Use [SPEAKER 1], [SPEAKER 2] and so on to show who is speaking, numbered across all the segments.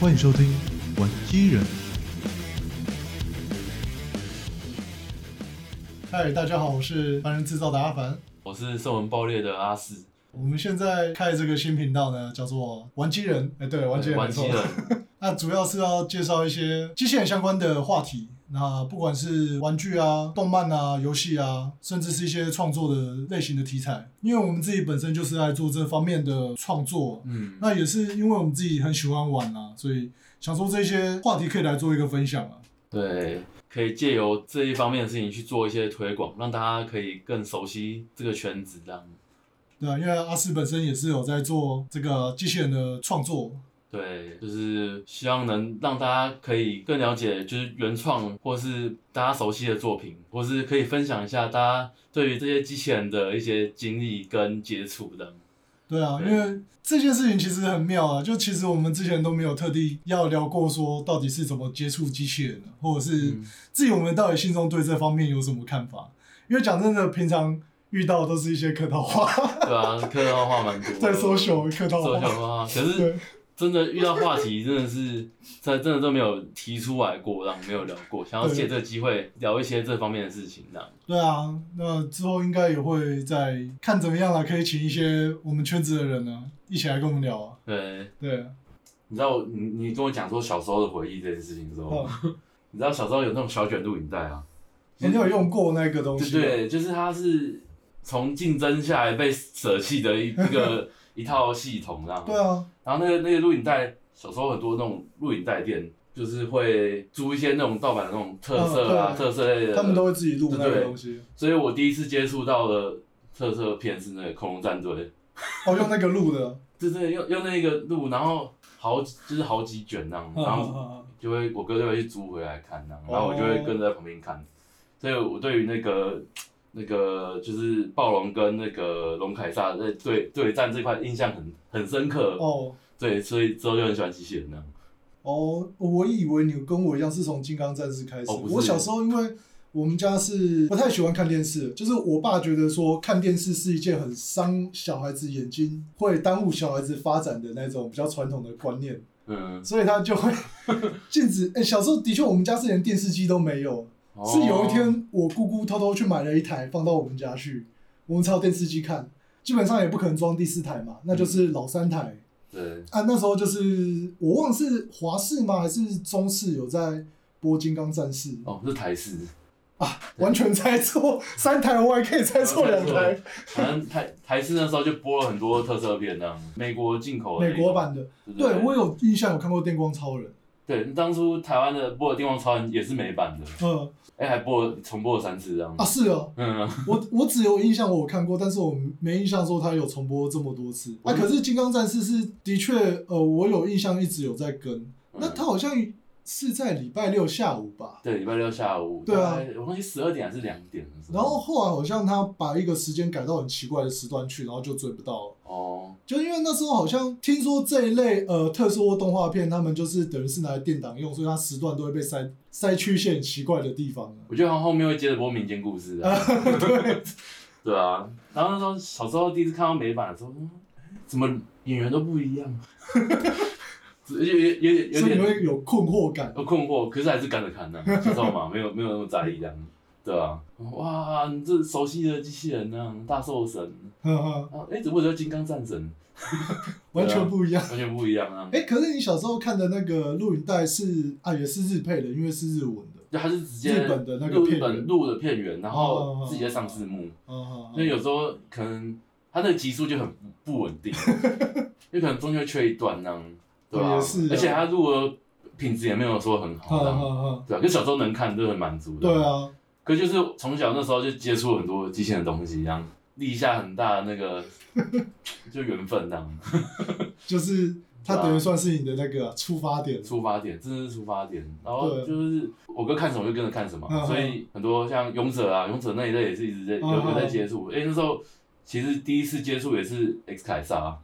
[SPEAKER 1] 欢迎收听《玩机人》。
[SPEAKER 2] 嗨，大家好，我是凡人制造的阿凡。
[SPEAKER 3] 我是兽门爆裂的阿四，
[SPEAKER 2] 我们现在开这个新频道呢，叫做“玩机人”。哎，对，玩机人没
[SPEAKER 3] 玩机
[SPEAKER 2] 错。
[SPEAKER 3] 人，
[SPEAKER 2] 那主要是要介绍一些机器人相关的话题。那不管是玩具啊、动漫啊、游戏啊，甚至是一些创作的类型的题材，因为我们自己本身就是在做这方面的创作，
[SPEAKER 3] 嗯，
[SPEAKER 2] 那也是因为我们自己很喜欢玩啊，所以想说这些话题可以来做一个分享啊。
[SPEAKER 3] 对，可以借由这一方面的事情去做一些推广，让大家可以更熟悉这个圈子，这样，
[SPEAKER 2] 对啊，因为阿四本身也是有在做这个机器人的创作，
[SPEAKER 3] 对，就是希望能让大家可以更了解，就是原创或是大家熟悉的作品，或是可以分享一下大家对于这些机器人的一些经历跟接触这样。
[SPEAKER 2] 对啊，
[SPEAKER 3] 对
[SPEAKER 2] 因为这件事情其实很妙啊，就其实我们之前都没有特地要聊过说到底是怎么接触机器人的，或者是
[SPEAKER 3] 嗯
[SPEAKER 2] 自己我们到底心中对这方面有什么看法？因为讲真的，平常遇到都是一些客套 话，
[SPEAKER 3] 对啊，客套话蛮多 的，
[SPEAKER 2] 在 social 客套
[SPEAKER 3] 说小
[SPEAKER 2] 话，
[SPEAKER 3] 话，可是
[SPEAKER 2] 对，
[SPEAKER 3] 真的遇到话题，真的是在真的都没有提出来过，然后没有聊过，想要借这个机会聊一些这方面的事情，这样。
[SPEAKER 2] 对啊，那之后应该也会再看怎么样了，啊可以请一些我们圈子的人呢、一起来跟我们聊啊，
[SPEAKER 3] 对，
[SPEAKER 2] 对啊，
[SPEAKER 3] 你知道你你跟我讲说小时候的回忆这件事情的时候，
[SPEAKER 2] 哦
[SPEAKER 3] 你知道小时候有那种小卷录影带啊，
[SPEAKER 2] 你有用过那个东
[SPEAKER 3] 对
[SPEAKER 2] 西？，啊
[SPEAKER 3] 对，就是它是从竞争下来被舍弃的一一 个一套系统，这样。
[SPEAKER 2] 对啊，
[SPEAKER 3] 然后那个那个录影带，小时候很多那种录影带店，就是会租一些那种盗版的那种特色啊、
[SPEAKER 2] 嗯对
[SPEAKER 3] 特色类的，
[SPEAKER 2] 他们都会自己录
[SPEAKER 3] 对
[SPEAKER 2] 那
[SPEAKER 3] 对
[SPEAKER 2] 个东西，
[SPEAKER 3] 所以我第一次接触到的特色片是那个《恐龙战队》，
[SPEAKER 2] 哦，用那个录的，
[SPEAKER 3] 对对，用用那个录，然后好几就是好几卷那样，
[SPEAKER 2] 嗯哦
[SPEAKER 3] 然
[SPEAKER 2] 嗯
[SPEAKER 3] 后
[SPEAKER 2] 嗯嗯
[SPEAKER 3] 就会我哥就会去租回来看那样，然后我就会跟着在旁边看，所以我对于那个那个就是暴龙跟那个龙凯撒在对对战这块印象很很深 刻，
[SPEAKER 2] 哦
[SPEAKER 3] 对，所以之后就很喜欢机器人那样。
[SPEAKER 2] 哦，我以为你跟我一样是从《金刚战士》开始。
[SPEAKER 3] 哦不是
[SPEAKER 2] 我小时候因为我们家是不太喜欢看电视，就是我爸觉得说看电视是一件很伤小孩子眼睛，会耽误小孩子发展的那种比较传统的观念，
[SPEAKER 3] 嗯，
[SPEAKER 2] 所以他就 会禁止。哎、小时候的确我们家是连电视机都没有，
[SPEAKER 3] 哦
[SPEAKER 2] 是有一天我姑姑偷偷去买了一台放到我们家去，我们才有电视机看。基本上也不可能装第四台嘛，那就是老三台。
[SPEAKER 3] 对，
[SPEAKER 2] 啊，那时候就是我忘了是华视吗，还是中视有在播《金刚战士》
[SPEAKER 3] 哦，是台式，
[SPEAKER 2] 啊？完全猜错三台，我还可以猜错两台，
[SPEAKER 3] 反正台台式那时候就播了很多特色片那样，美国进口的那
[SPEAKER 2] 美
[SPEAKER 3] 种
[SPEAKER 2] 国版的。
[SPEAKER 3] 对不
[SPEAKER 2] 对我有印象，有看过《电光超人》。
[SPEAKER 3] 对，当初台湾的播的《电光超人》也是美版的，
[SPEAKER 2] 嗯
[SPEAKER 3] 哎、还播了重播了三次这样。
[SPEAKER 2] 啊，是哦，
[SPEAKER 3] 嗯，
[SPEAKER 2] 我我只有印象我有看过，但是我没印象说他有重播这么多次。啊，可是《金刚战士》是的确，呃，我有印象一直有在跟。那他好像是在礼拜六下午吧，
[SPEAKER 3] 对，礼拜六下午，
[SPEAKER 2] 对啊
[SPEAKER 3] 大概，我忘记十二点还是两点的时候
[SPEAKER 2] 然后后来好像他把一个时间改到很奇怪的时段去，然后就追不到了。
[SPEAKER 3] 哦，
[SPEAKER 2] 就因为那时候好像听说这一类呃特殊动画片，他们就是等于是拿来垫档用，所以它时段都会被塞塞去一些很奇怪的地方啊。
[SPEAKER 3] 我觉得好像后面会接着播民间故事啊，
[SPEAKER 2] 对，
[SPEAKER 3] 对啊。然后那时候小时候第一次看到美版的时候，嗯怎么演员都不 一样，有点有点有
[SPEAKER 2] 所以你
[SPEAKER 3] 点
[SPEAKER 2] 会有困惑感。
[SPEAKER 3] 有困惑，可是还是跟着 看呢、你知道吗？没有没有那么在意这样，对啊。哇，你这熟悉的机器人呢、大兽神，
[SPEAKER 2] 呵呵，
[SPEAKER 3] 啊，哎、怎么叫金刚战神？
[SPEAKER 2] 完全不一样。
[SPEAKER 3] 完全不一样啊！
[SPEAKER 2] 哎、可是你小时候看的那个录影带是啊，也是日配的，因为是日文的。
[SPEAKER 3] 就他是直接
[SPEAKER 2] 日本的那个
[SPEAKER 3] 录
[SPEAKER 2] 片
[SPEAKER 3] 日
[SPEAKER 2] 源
[SPEAKER 3] 本录的片源，然
[SPEAKER 2] 哦哦
[SPEAKER 3] 后
[SPEAKER 2] 哦
[SPEAKER 3] 自己在上字幕，
[SPEAKER 2] 哦、
[SPEAKER 3] 所以有时候可能他那个集数就很不不稳 定，因为可能中间会缺一段那样，对吧、
[SPEAKER 2] 也是啊
[SPEAKER 3] 而且他录的品质也没有说很
[SPEAKER 2] 哈
[SPEAKER 3] 好，这
[SPEAKER 2] 哈
[SPEAKER 3] 样
[SPEAKER 2] 哈哈，
[SPEAKER 3] 对吧、跟小时候能看就很满足的。
[SPEAKER 2] 对。啊，
[SPEAKER 3] 可就是从小那时候就接触很多机器人的东西，这样立下很大的 那个就缘分这样
[SPEAKER 2] 就是它
[SPEAKER 3] 对啊
[SPEAKER 2] 等于算是你的那个、啊出发点。
[SPEAKER 3] 出发点，真的是出发点。然后
[SPEAKER 2] 对
[SPEAKER 3] 就是我哥看什么就跟着看什么
[SPEAKER 2] 嗯，嗯
[SPEAKER 3] 所以很多像勇者啊、勇者那一类也是一直在有
[SPEAKER 2] 嗯嗯
[SPEAKER 3] 有在接触。哎，那时候其实第一次接触也是 X 啊凯撒，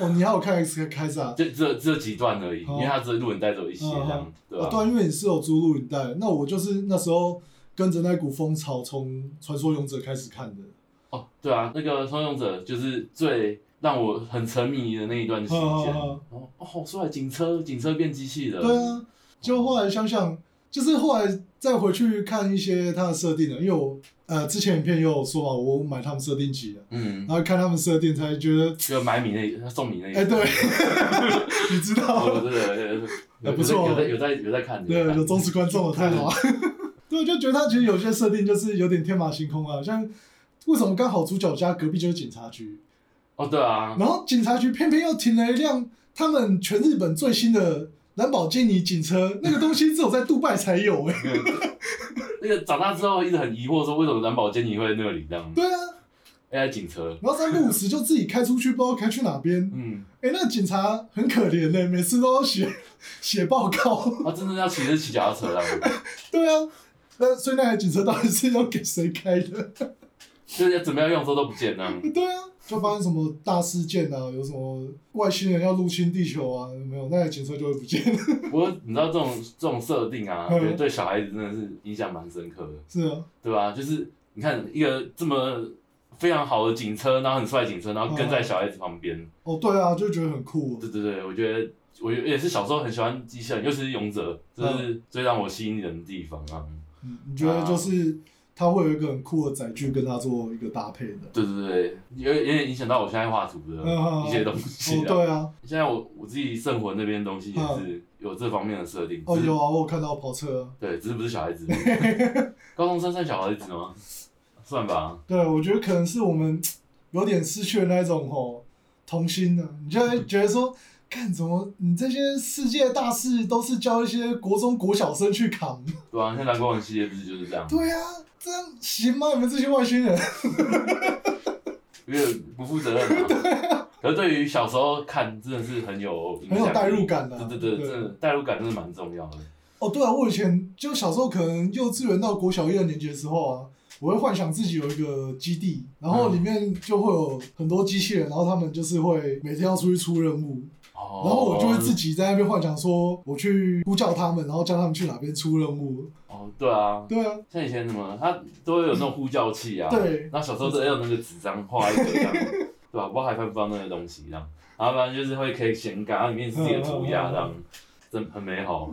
[SPEAKER 2] 哦，你还有看 X 开始啊？
[SPEAKER 3] 就只有只有几段而已，
[SPEAKER 2] 哦
[SPEAKER 3] 因为他只录影带只有一些
[SPEAKER 2] 嗯嗯
[SPEAKER 3] 这样，对
[SPEAKER 2] 啊，
[SPEAKER 3] 吧？
[SPEAKER 2] 对啊，因为你是有租录影带，那我就是那时候跟着那股风潮从《传说勇者》开始看的。
[SPEAKER 3] 哦，对啊，那个《超勇者》就是最让我很沉迷的那一段期间。
[SPEAKER 2] 嗯嗯
[SPEAKER 3] 哦
[SPEAKER 2] 嗯
[SPEAKER 3] 哦，好帅，警车，警车变机器人。
[SPEAKER 2] 对啊，就后来想想，就是后来再回去看一些它的设定了，因为我呃之前影片也有说嘛，我买他们设定集的，啊
[SPEAKER 3] 嗯，
[SPEAKER 2] 然后看他们设定才觉得，
[SPEAKER 3] 就买米那送米那一
[SPEAKER 2] 哎、
[SPEAKER 3] 个。
[SPEAKER 2] 对， 你知道
[SPEAKER 3] 哦，对对对对
[SPEAKER 2] 哎
[SPEAKER 3] 有
[SPEAKER 2] 不错哦
[SPEAKER 3] 有在有在有在看，
[SPEAKER 2] 对，
[SPEAKER 3] 在看
[SPEAKER 2] 有忠实观众了，太好了。啊 对，就觉得他其实有些设定就是有点天马行空啊，像为什么刚好主角家隔壁就是警察局，
[SPEAKER 3] 哦，对啊，
[SPEAKER 2] 然后警察局偏偏又停了一辆他们全日本最新的兰博基尼警车，那个东西只有在杜拜才有哎、
[SPEAKER 3] 那个长大之后一直很疑惑说为什么蓝宝坚尼会在那里这 样
[SPEAKER 2] 对啊，
[SPEAKER 3] ？AI 警车，
[SPEAKER 2] 然后三不五时就自己开出去，不知道开去哪边。
[SPEAKER 3] 嗯，
[SPEAKER 2] 哎、那个警察很可怜嘞、每次都要写写报告。
[SPEAKER 3] 他真的要骑是骑脚踏车这样，
[SPEAKER 2] 对啊，那所以那台警车到底是要给谁开的？
[SPEAKER 3] 就是怎么样用的时候都不见那样。
[SPEAKER 2] 对啊，就发生什么大事件啊，有什么外星人要入侵地球啊，有没有？那台警车就会不见了。
[SPEAKER 3] 不过你知道这种这种设定啊，
[SPEAKER 2] 嗯
[SPEAKER 3] 我觉得对小孩子真的是影响蛮深刻的，
[SPEAKER 2] 是啊，
[SPEAKER 3] 对吧、就是你看一个这么非常好的警车，然后很帅的警车，然后跟在小孩子旁边，
[SPEAKER 2] 哦，对啊，就觉得很酷啊。
[SPEAKER 3] 对对对，我觉得我也是小时候很喜欢机器人，尤其是勇者，这是最让我吸引人的地方啊。
[SPEAKER 2] 嗯，你觉得就是它会有一个很酷的载具跟它做一个搭配的？
[SPEAKER 3] 对对对，有有点影响到我现在画图的
[SPEAKER 2] 嗯
[SPEAKER 3] 一些东西
[SPEAKER 2] 哦，
[SPEAKER 3] 啊。
[SPEAKER 2] 对啊，
[SPEAKER 3] 现在我我自己圣魂那边的东西也是有这方面的设定，
[SPEAKER 2] 哦
[SPEAKER 3] 只是
[SPEAKER 2] 有啊，我有看到跑车啊。
[SPEAKER 3] 对，只是不是 小孩子，高中生算小孩子吗？算吧，
[SPEAKER 2] 对，啊我觉得可能是我们有点失去了那种吼童心呢、你就会觉得说，看怎么你这些世界大事都是教一些国中国小生去扛？
[SPEAKER 3] 对啊，像蓝光文系列不是就是这样，
[SPEAKER 2] 对啊，这样行吗？你们这些外星人？
[SPEAKER 3] 因为不负 责任嘛。可是对于小时候看，真的是很有影响
[SPEAKER 2] 啊很有代入感啊
[SPEAKER 3] 对对对，
[SPEAKER 2] 对
[SPEAKER 3] 真的代入感真的蛮重要的。
[SPEAKER 2] 哦，对啊，我以前就小时候可能幼稚园到国小一二年级的时候啊，我会幻想自己有一个基地，然后里面就会有很多机器人，然后他们就是会每天要出去出任务，
[SPEAKER 3] 哦
[SPEAKER 2] 然后我就会自己在那边幻想说，我去呼叫他们，然后叫他们去哪边出任务。
[SPEAKER 3] 哦，对啊，
[SPEAKER 2] 对啊，
[SPEAKER 3] 像以前什么，他都会有那种呼叫器啊，
[SPEAKER 2] 对
[SPEAKER 3] 然后小时候都有那个纸张画一个 这样，对吧、不知道还翻不翻那个东西这样，然后反正就是会可以显卡，然后里面是自己的涂鸦
[SPEAKER 2] 嗯
[SPEAKER 3] 这样，真的很美好。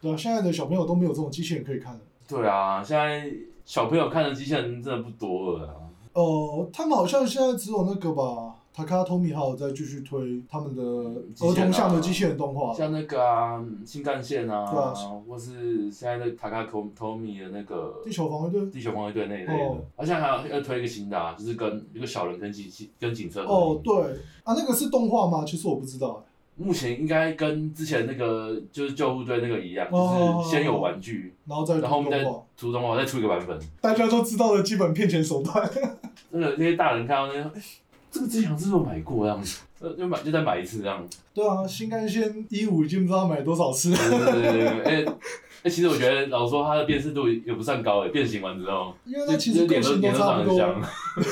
[SPEAKER 2] 对啊，现在的小朋友都没有这种机器人可以看了。
[SPEAKER 3] 对啊，现在小朋友看的机器人真的不多了啊。
[SPEAKER 2] 哦，他们好像现在只有那个吧。塔卡托米还有在继续推他们的儿童向的机器人啊动画，
[SPEAKER 3] 像那个啊，新干线啊，
[SPEAKER 2] 对啊
[SPEAKER 3] 或是现在的塔卡托托米的那个
[SPEAKER 2] 地球防卫队。
[SPEAKER 3] 地球防卫队那一类的
[SPEAKER 2] 哦，
[SPEAKER 3] 而且还有要推一个新的，啊，就是跟一个小人跟警跟警车合
[SPEAKER 2] 哦，
[SPEAKER 3] 体
[SPEAKER 2] 对啊，那个是动画吗？其实我不知道、欸。
[SPEAKER 3] 目前应该跟之前那个就是救护队那个一样，
[SPEAKER 2] 哦
[SPEAKER 3] 就是先有玩具，
[SPEAKER 2] 然后再
[SPEAKER 3] 然后我
[SPEAKER 2] 动
[SPEAKER 3] 们再
[SPEAKER 2] 画，
[SPEAKER 3] 出动画，再出一个版本。
[SPEAKER 2] 大家都知道的基本骗钱手段。
[SPEAKER 3] 那个那些大人看到那个，哎这个之前好像是有买过这样子，呃，就买就再买一次这样。
[SPEAKER 2] 对啊，新干线一五已经不知道买多少次 了。
[SPEAKER 3] 对对对对对，哎、哎，其实我觉得老实说它的辨识度也不算高哎，变形完之后，
[SPEAKER 2] 因为
[SPEAKER 3] 就
[SPEAKER 2] 它其实
[SPEAKER 3] 就
[SPEAKER 2] 个
[SPEAKER 3] 脸都
[SPEAKER 2] 性都
[SPEAKER 3] 脸都
[SPEAKER 2] 差不
[SPEAKER 3] 长得很
[SPEAKER 2] 多。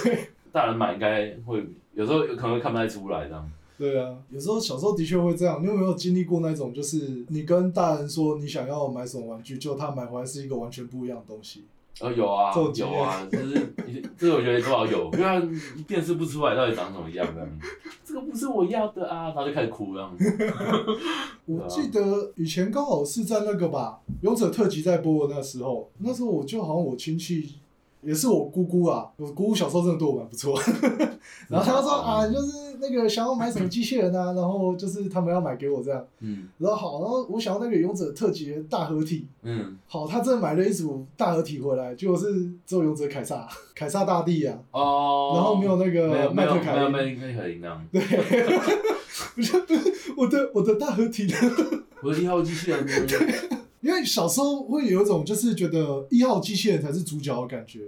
[SPEAKER 3] 像。 大人买应该会有时候有可能会看不太出来这样。
[SPEAKER 2] 对啊，有时候小时候的确会这样。你有没有经历过那种，就是你跟大人说你想要买什么玩具，就他买回来是一个完全不一样的东西？
[SPEAKER 3] 呃，有啊
[SPEAKER 2] 这种，经
[SPEAKER 3] 有
[SPEAKER 2] 验
[SPEAKER 3] 啊，就是这个我觉得多少有，因为它辨识不出来到底长什么样这样。这个不是我要的啊，然后就开始哭这样。 啊
[SPEAKER 2] 我记得以前刚好是在那个吧《勇者特辑》在播的那时候，那时候我就好像我亲戚，也是我姑姑啊，我姑姑小时候真的对我蛮不错。 然后她说
[SPEAKER 3] 嗯
[SPEAKER 2] 啊，就是那个想要买什么机器人啊，然后就是他们要买给我这样，
[SPEAKER 3] 嗯
[SPEAKER 2] 然后好，然后我想要那个《勇者特辑》的大合体，
[SPEAKER 3] 嗯，
[SPEAKER 2] 好，他真的买了一组大合体回来，结果是只有勇者凯撒，凯撒大帝啊，
[SPEAKER 3] 哦，
[SPEAKER 2] 然后没有那
[SPEAKER 3] 没
[SPEAKER 2] 个
[SPEAKER 3] 有没
[SPEAKER 2] 麦
[SPEAKER 3] 有
[SPEAKER 2] 特
[SPEAKER 3] 没
[SPEAKER 2] 凯
[SPEAKER 3] 有
[SPEAKER 2] 恩，
[SPEAKER 3] 麦特凯琳啊，
[SPEAKER 2] 我的我的大合体呢？
[SPEAKER 3] 我的一号机器人呢，
[SPEAKER 2] 因为小时候会有一种就是觉得一号机器人才是主角的感觉，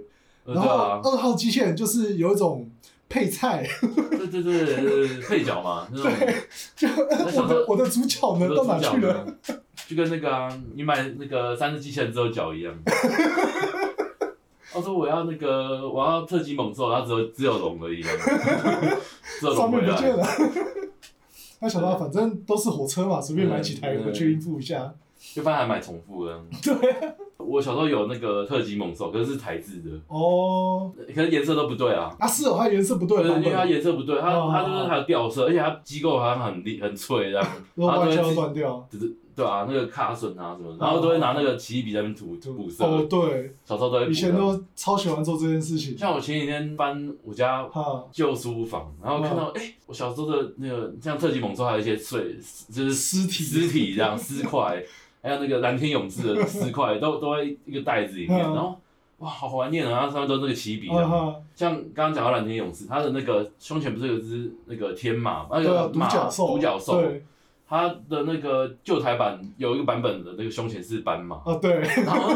[SPEAKER 3] 呃
[SPEAKER 2] 然
[SPEAKER 3] 对
[SPEAKER 2] 后
[SPEAKER 3] 啊，
[SPEAKER 2] 二号机器人就是有一种配 菜，
[SPEAKER 3] 对啊对对对对对，配角嘛，那种
[SPEAKER 2] 就呃
[SPEAKER 3] 小
[SPEAKER 2] 我
[SPEAKER 3] 时候
[SPEAKER 2] 的 我的主角
[SPEAKER 3] 那
[SPEAKER 2] 呢
[SPEAKER 3] 个
[SPEAKER 2] 到哪
[SPEAKER 3] 主角
[SPEAKER 2] 去了？
[SPEAKER 3] 呢？就跟那个啊，你买那个三只机器人只有脚 一样。他说我要那个，我要特级猛兽，然后只有只有龙而已啊， 只有
[SPEAKER 2] 上
[SPEAKER 3] 龙回
[SPEAKER 2] 面
[SPEAKER 3] 来
[SPEAKER 2] 不。见了。 他想到反正都是火车嘛，随便买几台
[SPEAKER 3] 嗯
[SPEAKER 2] 回去应付一下。啊
[SPEAKER 3] 就发现还买重复的。对，我小时候有那个特级猛兽，可是是台制的，
[SPEAKER 2] 哦，
[SPEAKER 3] 可是颜色都不对啊。
[SPEAKER 2] 啊是哦，它颜色不对
[SPEAKER 3] 对，
[SPEAKER 2] 版
[SPEAKER 3] 因为它
[SPEAKER 2] 本，
[SPEAKER 3] 颜色不对，它
[SPEAKER 2] 哦
[SPEAKER 3] 它就是它的掉色，而且它机构好像很利很 脆这样，
[SPEAKER 2] 然后
[SPEAKER 3] 它
[SPEAKER 2] 把
[SPEAKER 3] 都会
[SPEAKER 2] 胶
[SPEAKER 3] 自己
[SPEAKER 2] 断掉。
[SPEAKER 3] 只是对啊，那个卡榫啊什么的，然后都会拿那个奇异笔在那边涂补色，
[SPEAKER 2] 哦，对，
[SPEAKER 3] 小时候都会补啊
[SPEAKER 2] 以前
[SPEAKER 3] 的。
[SPEAKER 2] 都超喜欢做这件事情。
[SPEAKER 3] 像我前几天搬我家
[SPEAKER 2] 哈，
[SPEAKER 3] 旧书房，然后看到哎、诶我小时候的那个像特级猛兽，还有一些碎，就是
[SPEAKER 2] 尸体
[SPEAKER 3] 尸体这样尸块，还有那个蓝天勇士的尸块，都都在一个袋子里面，
[SPEAKER 2] 嗯
[SPEAKER 3] 然后哇，好怀念啊！然后上面都是那个起笔这
[SPEAKER 2] 啊
[SPEAKER 3] 样
[SPEAKER 2] 哈，
[SPEAKER 3] 像刚刚讲到蓝天勇士，他的那个胸前不是有只那个天马，那
[SPEAKER 2] 对啊，
[SPEAKER 3] 个
[SPEAKER 2] 独
[SPEAKER 3] 马
[SPEAKER 2] 角兽，
[SPEAKER 3] 独角兽，
[SPEAKER 2] 对，
[SPEAKER 3] 他的那个旧台版有一个版本的那个胸前是斑马，
[SPEAKER 2] 啊对，
[SPEAKER 3] 然后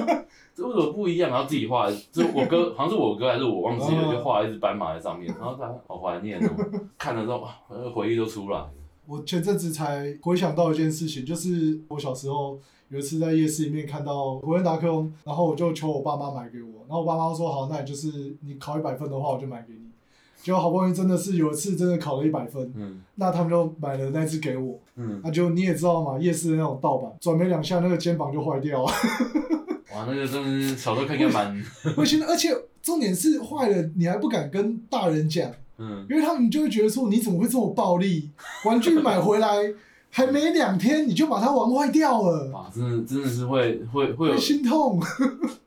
[SPEAKER 3] 这为什么不一样？然后啊自己画，就是我哥，好像是我哥还是我忘记了，
[SPEAKER 2] 哦
[SPEAKER 3] 就画了一只斑马在上面，然后他好怀念哦，看了之后哇，那个回忆都出来了。
[SPEAKER 2] 我前阵子才回想到一件事情，就是我小时候有一次在夜市里面看到《火焰达克翁》，然后我就求我爸妈买给我，然后我爸妈说好，那你就是你考一百分的话，我就买给你。结果好不容易真的是有一次真的考了一百分，
[SPEAKER 3] 嗯
[SPEAKER 2] 那他们就买了那只给我，
[SPEAKER 3] 嗯，
[SPEAKER 2] 那就你也知道嘛，夜市的那种盗版，转没两下那个肩膀就坏掉了。
[SPEAKER 3] 哇，那个真的是小时候看看蛮，
[SPEAKER 2] 我现在而且重点是坏了，你还不敢跟大人讲，
[SPEAKER 3] 嗯，
[SPEAKER 2] 因为他们就会觉得说你怎么会这么暴力？玩具买回来还没两天你就把它玩坏掉了。
[SPEAKER 3] 哇，真的真的是会会会有
[SPEAKER 2] 会心 痛，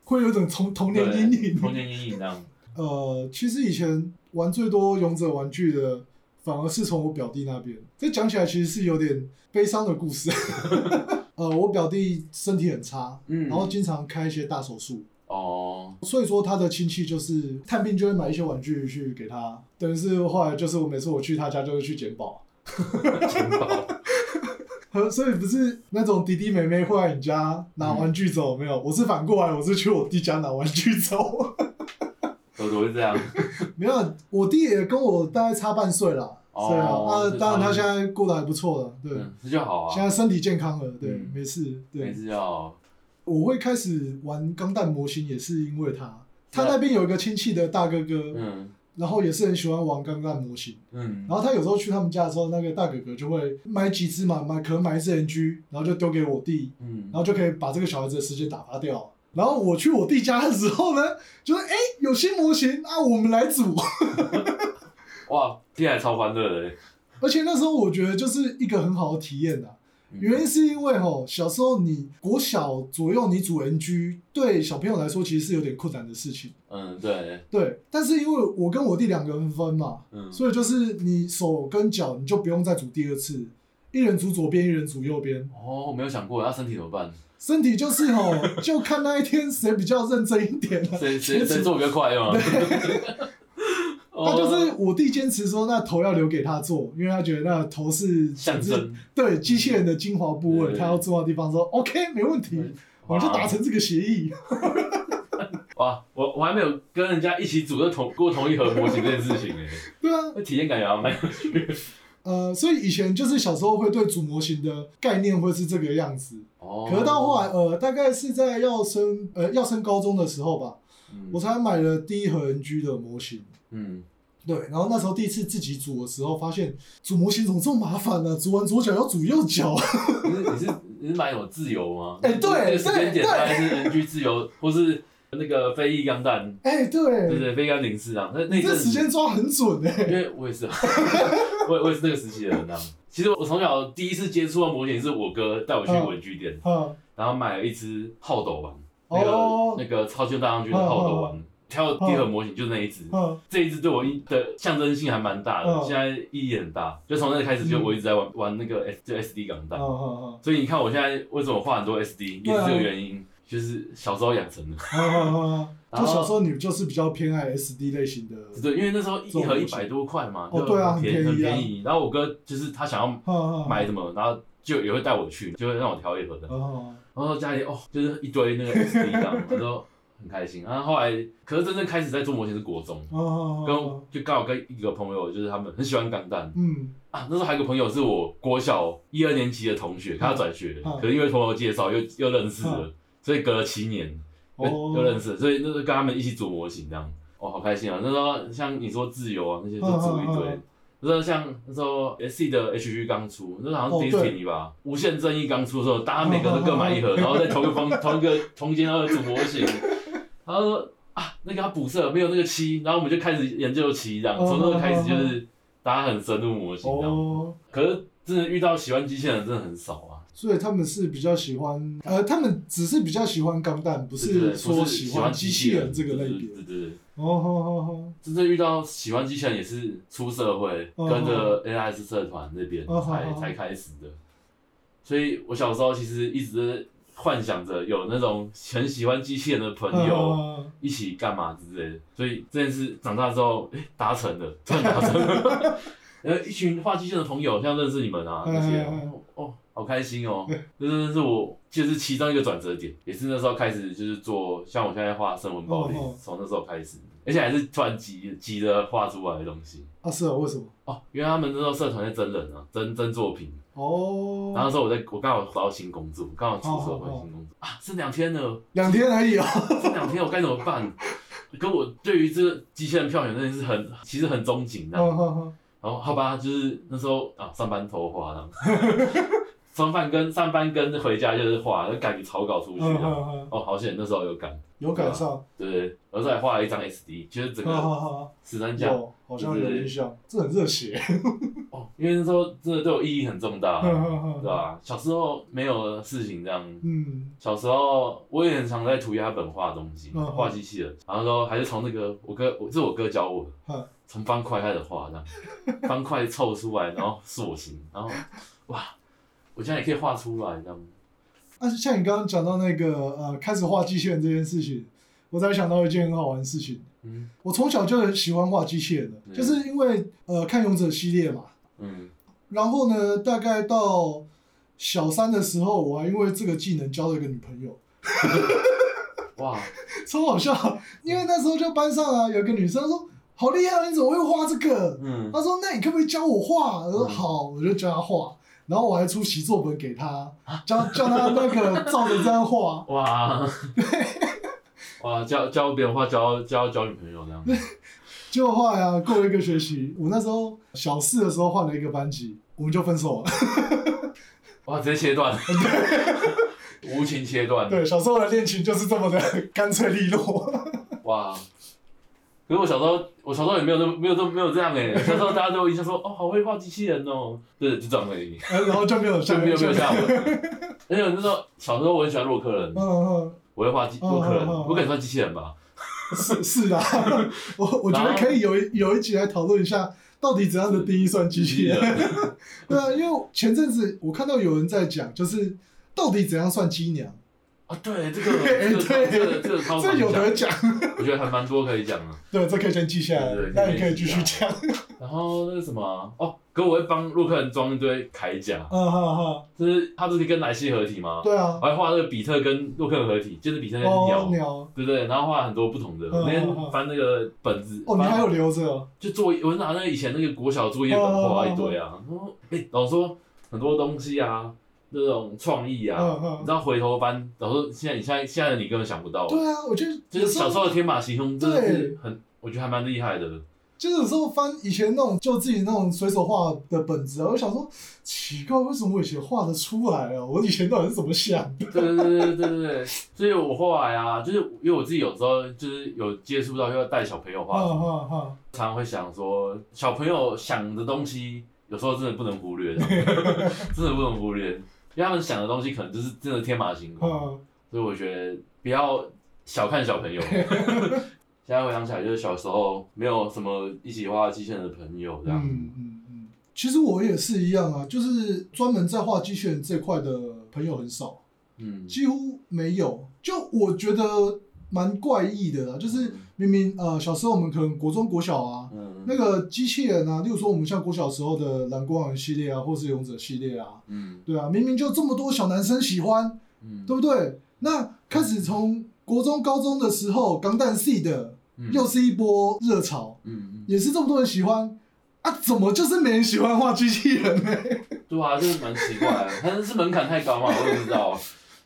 [SPEAKER 2] 会有一种童童年阴
[SPEAKER 3] 对童
[SPEAKER 2] 影。
[SPEAKER 3] 年阴影这样。
[SPEAKER 2] 呃，其实以前玩最多勇者玩具的，反而是从我表弟那边。这讲起来其实是有点悲伤的故事。 呃，我表弟身体很差，
[SPEAKER 3] 嗯
[SPEAKER 2] 然后经常开一些大手术，
[SPEAKER 3] 哦，
[SPEAKER 2] 所以说他的亲戚就是探病就会买一些玩具去给他。等于是后来就是我每次我去他家就会去捡宝，
[SPEAKER 3] 钱包，
[SPEAKER 2] 呃 所以不是那种弟弟妹妹会来你家拿玩具走，没有，我是反过来，我是去我弟家拿玩具走。
[SPEAKER 3] 我怎么会这样？
[SPEAKER 2] 没有，我弟也跟我大概差半岁啦，
[SPEAKER 3] 哦
[SPEAKER 2] 对啊，啊，
[SPEAKER 3] 是
[SPEAKER 2] 当然他
[SPEAKER 3] 差
[SPEAKER 2] 现在过得还不错了，对，
[SPEAKER 3] 嗯，这就好
[SPEAKER 2] 现
[SPEAKER 3] 啊，
[SPEAKER 2] 在身体健康了，对，
[SPEAKER 3] 嗯
[SPEAKER 2] 没事，
[SPEAKER 3] 没
[SPEAKER 2] 对，
[SPEAKER 3] 事就好。
[SPEAKER 2] 我会开始玩钢弹模型也是因为他，他
[SPEAKER 3] 对
[SPEAKER 2] 那边有一个亲戚的大哥哥，
[SPEAKER 3] 嗯
[SPEAKER 2] 然后也是很喜欢玩钢弹模型，
[SPEAKER 3] 嗯
[SPEAKER 2] 然后他有时候去他们家的时候，那个大哥哥就会买几只嘛，买可能买一只 NG，然后就丢给我弟，
[SPEAKER 3] 嗯
[SPEAKER 2] 然，后就可以把这个小孩子的时间打发掉。然后我去我弟家的时候呢，就是哎、有新模型啊，我们来组。
[SPEAKER 3] 哇，听起来超欢乐的。欸
[SPEAKER 2] 而且那时候我觉得就是一个很好的体验啊。
[SPEAKER 3] 嗯
[SPEAKER 2] 原因是因为吼，小时候你国小左右你组 NG，对小朋友来说其实是有点困难的事情。
[SPEAKER 3] 嗯，对，
[SPEAKER 2] 对，但是因为我跟我弟两个人分嘛，
[SPEAKER 3] 嗯，
[SPEAKER 2] 所以就是你手跟脚你就不用再组第二次，一人组左边，一人组右边。
[SPEAKER 3] 哦，我没有想过，那身体怎么办？
[SPEAKER 2] 身体就是 吼，就看那一天谁比较认真一点 啊了、
[SPEAKER 3] 谁谁谁做比较快 嘛？
[SPEAKER 2] 那
[SPEAKER 3] 哦
[SPEAKER 2] 就是我弟坚持说，那头要留给他做，因为他觉得那头是
[SPEAKER 3] 象征，
[SPEAKER 2] 对机器人的精华部位，
[SPEAKER 3] 对
[SPEAKER 2] 他要做到的地方说 OK 没问题
[SPEAKER 3] 嗯，
[SPEAKER 2] 我们就达成这个协议。
[SPEAKER 3] 哇！我我还没有跟人家一起组个同过同一盒模型这件事情哎，
[SPEAKER 2] 对啊，
[SPEAKER 3] 那体验感觉还蛮有趣的。
[SPEAKER 2] 呃，所以以前就是小时候会对组模型的概念会是这个样子，
[SPEAKER 3] 哦
[SPEAKER 2] 可是到后来，呃，大概是在要升呃要升高中的时候吧，
[SPEAKER 3] 嗯
[SPEAKER 2] 我才买了第一盒 NG 的模型。
[SPEAKER 3] 嗯，
[SPEAKER 2] 对，然后那时候第一次自己组的时候，发现组模型怎么这么麻烦呢、组完左脚要组右脚，
[SPEAKER 3] 你是你是你是买什么自由吗？
[SPEAKER 2] 哎对
[SPEAKER 3] 那个时间
[SPEAKER 2] 对
[SPEAKER 3] 点大概是 NG 自由，或是那个飞翼钢弹，
[SPEAKER 2] 哎、
[SPEAKER 3] 对
[SPEAKER 2] 对，
[SPEAKER 3] 对，飞翼钢零四啊，那那一
[SPEAKER 2] 你
[SPEAKER 3] 阵
[SPEAKER 2] 这
[SPEAKER 3] 子
[SPEAKER 2] 时间抓很准哎、
[SPEAKER 3] 因为我也是啊，我也我也是那个时期的人啊。其实我从小第一次接触到模型是我哥带我去文具店，
[SPEAKER 2] 啊，
[SPEAKER 3] 然后买了一只浩斗丸，那个、
[SPEAKER 2] 哦
[SPEAKER 3] 那个超级大将军的浩斗丸，挑第一盒模型就那一只，
[SPEAKER 2] 嗯，
[SPEAKER 3] 这一只对我的象征性还蛮大的，
[SPEAKER 2] 嗯
[SPEAKER 3] 现在意义很大。就从那开始就
[SPEAKER 2] 嗯
[SPEAKER 3] 我一直在玩、玩那个 S 就 SD 港
[SPEAKER 2] 嗯
[SPEAKER 3] 弹，
[SPEAKER 2] 嗯
[SPEAKER 3] 所以你看我现在为什么画很多 SD 也
[SPEAKER 2] 对啊
[SPEAKER 3] 是这个原因，就是小时候养成的。
[SPEAKER 2] 嗯嗯嗯，
[SPEAKER 3] 然
[SPEAKER 2] 就
[SPEAKER 3] 后
[SPEAKER 2] 小时候你就是比较偏爱 SD 类型的，
[SPEAKER 3] 对，因为那时候一盒一
[SPEAKER 2] 这种模
[SPEAKER 3] 百
[SPEAKER 2] 型
[SPEAKER 3] 多块嘛，
[SPEAKER 2] 哦
[SPEAKER 3] 就
[SPEAKER 2] 对啊很
[SPEAKER 3] 便
[SPEAKER 2] 便宜
[SPEAKER 3] 很
[SPEAKER 2] 啊
[SPEAKER 3] 便宜。然后我哥就是他想要
[SPEAKER 2] 嗯
[SPEAKER 3] 买什么，然后就也会带我去，就会让我挑一盒的。
[SPEAKER 2] 哦，
[SPEAKER 3] 然后家里哦，就是一堆那个 SD 这样，我都很开心。然后后来，可是真正开始在做模型是国中，
[SPEAKER 2] 哦，
[SPEAKER 3] 跟就刚好跟一个朋友，就是他们很喜欢钢弹
[SPEAKER 2] 嗯
[SPEAKER 3] 啊。那时候还有一个朋友是我国小一二年级的同学，他转学
[SPEAKER 2] 嗯，
[SPEAKER 3] 可是因为朋友介绍又又认识了，所以隔了七年又
[SPEAKER 2] 哦
[SPEAKER 3] 又认识了，所以那时候跟他们一起组模型这样，哦，好开心啊！那时候像你说自由啊那些都组
[SPEAKER 2] 嗯
[SPEAKER 3] 一
[SPEAKER 2] 嗯
[SPEAKER 3] 堆
[SPEAKER 2] 嗯。
[SPEAKER 3] 那时候像那时候 S C 的 H G 刚出，那时候好像
[SPEAKER 2] 哦
[SPEAKER 3] 迪
[SPEAKER 2] 对
[SPEAKER 3] 士尼吧，《无限正义》刚出的时候，大家每个都各买
[SPEAKER 2] 嗯
[SPEAKER 3] 一盒，然后在同一个方同一个同间的组模型，然后说啊那个要补色，没有那个漆，然后我们就开始研究漆，这样
[SPEAKER 2] 哦
[SPEAKER 3] 从那时候开始就是大家很深入模型这样。
[SPEAKER 2] 哦，
[SPEAKER 3] 可是真的遇到喜欢机器人的真的很少啊，
[SPEAKER 2] 所以他们是比较喜欢，呃，他们只是比较喜欢钢弹，不是说
[SPEAKER 3] 不是
[SPEAKER 2] 喜
[SPEAKER 3] 喜欢
[SPEAKER 2] 欢机器人这个类别
[SPEAKER 3] 对。对对对。
[SPEAKER 2] 哦，好好好，
[SPEAKER 3] 真正遇到喜欢机器人也是出社会，
[SPEAKER 2] 哦
[SPEAKER 3] 跟着 NS 社团那边才、
[SPEAKER 2] 哦好好
[SPEAKER 3] 才开始的。所以我小时候其实一直幻想着有那种很喜欢机器人的朋友
[SPEAKER 2] 呃
[SPEAKER 3] 一起干嘛之类的。所以这件事长大之后，哎、达 成了，真的达成了。呃，一群画机器人的朋友，像认识你们啊
[SPEAKER 2] 嗯
[SPEAKER 3] 那些
[SPEAKER 2] 嗯
[SPEAKER 3] 哦，哦好开心哦！这真的是我，就是其中一个转折点，也是那时候开始就是做，像我现在画生文暴力
[SPEAKER 2] 哦哦，
[SPEAKER 3] 从那时候开始，而且还是突然急急着画出来的东西
[SPEAKER 2] 啊，是啊，为什么？
[SPEAKER 3] 哦。因为他们那时候社团在真人啊，真真作品，然后那
[SPEAKER 2] 哦，
[SPEAKER 3] 时候我在我刚好找到新工作，刚好出社会
[SPEAKER 2] 哦哦哦
[SPEAKER 3] 新工作啊，剩两天了，
[SPEAKER 2] 两天而已啊。
[SPEAKER 3] 这两天我该怎么办？可我对于这个机器人票选真的是很，其实很憧憬的、
[SPEAKER 2] 哦，好好，
[SPEAKER 3] 然后好吧，就是那时候啊，上班偷画了，上班跟上班跟回家就是画，就赶紧草稿出去
[SPEAKER 2] 嗯
[SPEAKER 3] 了。
[SPEAKER 2] 好好，
[SPEAKER 3] 哦，好险，那时候有赶，
[SPEAKER 2] 有赶上。
[SPEAKER 3] 对，而且还画了一张 SD，就是整
[SPEAKER 2] 好好
[SPEAKER 3] 个
[SPEAKER 2] 好，
[SPEAKER 3] 十三家
[SPEAKER 2] 有，好像有印象，这很热血。
[SPEAKER 3] 哦，因为那时候真的对我意义很重
[SPEAKER 2] 嗯
[SPEAKER 3] 大，啊对
[SPEAKER 2] 嗯嗯，
[SPEAKER 3] 吧？小时候没有的事情这样。
[SPEAKER 2] 嗯，
[SPEAKER 3] 小时候我也很常在涂鸦本画东西，
[SPEAKER 2] 嗯
[SPEAKER 3] 画机器人，然后说还是从那个我哥，我这是我哥教我的，
[SPEAKER 2] 好，
[SPEAKER 3] 从方块开始画，这样 方块凑出来，然后塑形，然后哇，我现在也可以画出来，这样
[SPEAKER 2] 啊，像你刚刚讲到那个呃，开始画机器人这件事情，我才想到一件很好玩的事情。
[SPEAKER 3] 嗯
[SPEAKER 2] 我从小就很喜欢画机器人的，
[SPEAKER 3] 嗯
[SPEAKER 2] 就是因为呃看勇者系列嘛。
[SPEAKER 3] 嗯
[SPEAKER 2] 然后呢，大概到小三的时候，我还因为这个技能交了一个女朋友，
[SPEAKER 3] 哇，
[SPEAKER 2] 超好笑。因为那时候就班上啊有个女生她说好厉害，你怎么会画这个？
[SPEAKER 3] 嗯
[SPEAKER 2] 她说那你可不可以教我画？我说
[SPEAKER 3] 嗯
[SPEAKER 2] 好，我就教她画。然后我还出习作本给她，
[SPEAKER 3] 啊
[SPEAKER 2] 教教她那个照着这样画。
[SPEAKER 3] 哇，哇教教别人画教教教女朋友这样，
[SPEAKER 2] 就后来啊，过了一个学期，我那时候小四的时候换了一个班级，我们就分手了。
[SPEAKER 3] 啊哇直接切 断，无情切断，
[SPEAKER 2] 对，小时候的恋情就是这么的干脆利落。
[SPEAKER 3] 哇！可是我小时候，我小时候也没有那么没有这么没有这样 哎、小时候大家都有印象说，哦，好会画机器人哦，对，就这样而已，
[SPEAKER 2] 呃然后就没有
[SPEAKER 3] 就
[SPEAKER 2] 下
[SPEAKER 3] 没有没有
[SPEAKER 2] 就
[SPEAKER 3] 下文。 而且我那时候小时候我很喜欢洛克人
[SPEAKER 2] 嗯，嗯，
[SPEAKER 3] 我会画机
[SPEAKER 2] 嗯
[SPEAKER 3] 洛克人，
[SPEAKER 2] 嗯嗯
[SPEAKER 3] 我敢算机器人吧？
[SPEAKER 2] 是是的， 我我觉得
[SPEAKER 3] 然后
[SPEAKER 2] 可以有一有一集来讨论一下，到底怎样的定义算机器人？
[SPEAKER 3] 人，
[SPEAKER 2] 对啊，因为前阵子我看到有人在讲，就是到底怎样算机娘，
[SPEAKER 3] 啊，对，这个这
[SPEAKER 2] 哎对
[SPEAKER 3] 个这个这个超
[SPEAKER 2] 这
[SPEAKER 3] 难
[SPEAKER 2] 有得
[SPEAKER 3] 讲，
[SPEAKER 2] 讲。
[SPEAKER 3] 我觉得还蛮多可以讲的。
[SPEAKER 2] 对，这可以先记下来
[SPEAKER 3] 对对，
[SPEAKER 2] 那
[SPEAKER 3] 可以
[SPEAKER 2] 你可以继
[SPEAKER 3] 记下
[SPEAKER 2] 续
[SPEAKER 3] 来
[SPEAKER 2] 讲。
[SPEAKER 3] 然后那个什么啊，哦，可我会帮洛克人装一堆铠甲，
[SPEAKER 2] 嗯哈哈，
[SPEAKER 3] 就是他不是跟莱西合体吗？
[SPEAKER 2] 对啊
[SPEAKER 3] 我，还画那个比特跟洛克人合体，就是比特跟
[SPEAKER 2] 哦
[SPEAKER 3] 鸟。
[SPEAKER 2] 鸟，
[SPEAKER 3] 对不对？然后画很多不同的，
[SPEAKER 2] 嗯
[SPEAKER 3] 我那
[SPEAKER 2] 嗯嗯
[SPEAKER 3] 天翻那个本子，
[SPEAKER 2] 哦你
[SPEAKER 3] 翻
[SPEAKER 2] 还有留着哦？
[SPEAKER 3] 就作业，我拿那个以前那个国小作业本画一堆
[SPEAKER 2] 哦
[SPEAKER 3] 啊。然后哎，老师说很多东西啊，那种创意啊
[SPEAKER 2] 嗯嗯，
[SPEAKER 3] 你知道回头翻，老师说现在你现在现在的你根本想不到，
[SPEAKER 2] 对啊，我觉得
[SPEAKER 3] 哦就是小时候的天马行空，真的
[SPEAKER 2] 对
[SPEAKER 3] 是很，我觉得还蛮厉 害的。
[SPEAKER 2] 就是有时候翻以前那种就自己那种随手画的本子啊，我想说奇怪，为什么我以前画的出来啊？我以前到底是怎么想的？
[SPEAKER 3] 对对对对对对对，所以我后来啊，就是因为我自己有时候就是有接触到要带小朋友画，
[SPEAKER 2] 哈哈哈！
[SPEAKER 3] 常常会想说，小朋友想的东西，有时候真的不能忽 略，真的不能忽略，因为他们想的东西可能就是真的天马行空，
[SPEAKER 2] 嗯，
[SPEAKER 3] 所以我觉得不要小看小 朋友。现在回想起来，就是小时候没有什么一起画机器人的朋友这样，
[SPEAKER 2] 嗯嗯嗯，其实我也是一样啊，就是专门在画机器人这块的朋友很少，
[SPEAKER 3] 嗯
[SPEAKER 2] 几乎没有。就我觉得蛮怪异的啊，就是明明呃小时候我们可能国中国小啊，
[SPEAKER 3] 嗯
[SPEAKER 2] 那个机器人啊，例如说我们像国小时候的蓝光人系列啊，或是勇者系列啊，
[SPEAKER 3] 嗯
[SPEAKER 2] 对啊，明明就这么多小男生喜欢，
[SPEAKER 3] 嗯
[SPEAKER 2] 对不对？那开始从国中、高中的时候，钢弹系的
[SPEAKER 3] 嗯
[SPEAKER 2] 又是一波热潮，
[SPEAKER 3] 嗯
[SPEAKER 2] 也是这么多人喜欢啊，怎么就是没人喜欢画机器人呢？
[SPEAKER 3] 嗯，对啊，就是蛮奇怪的，可能是门槛太高嘛， 我也不知道。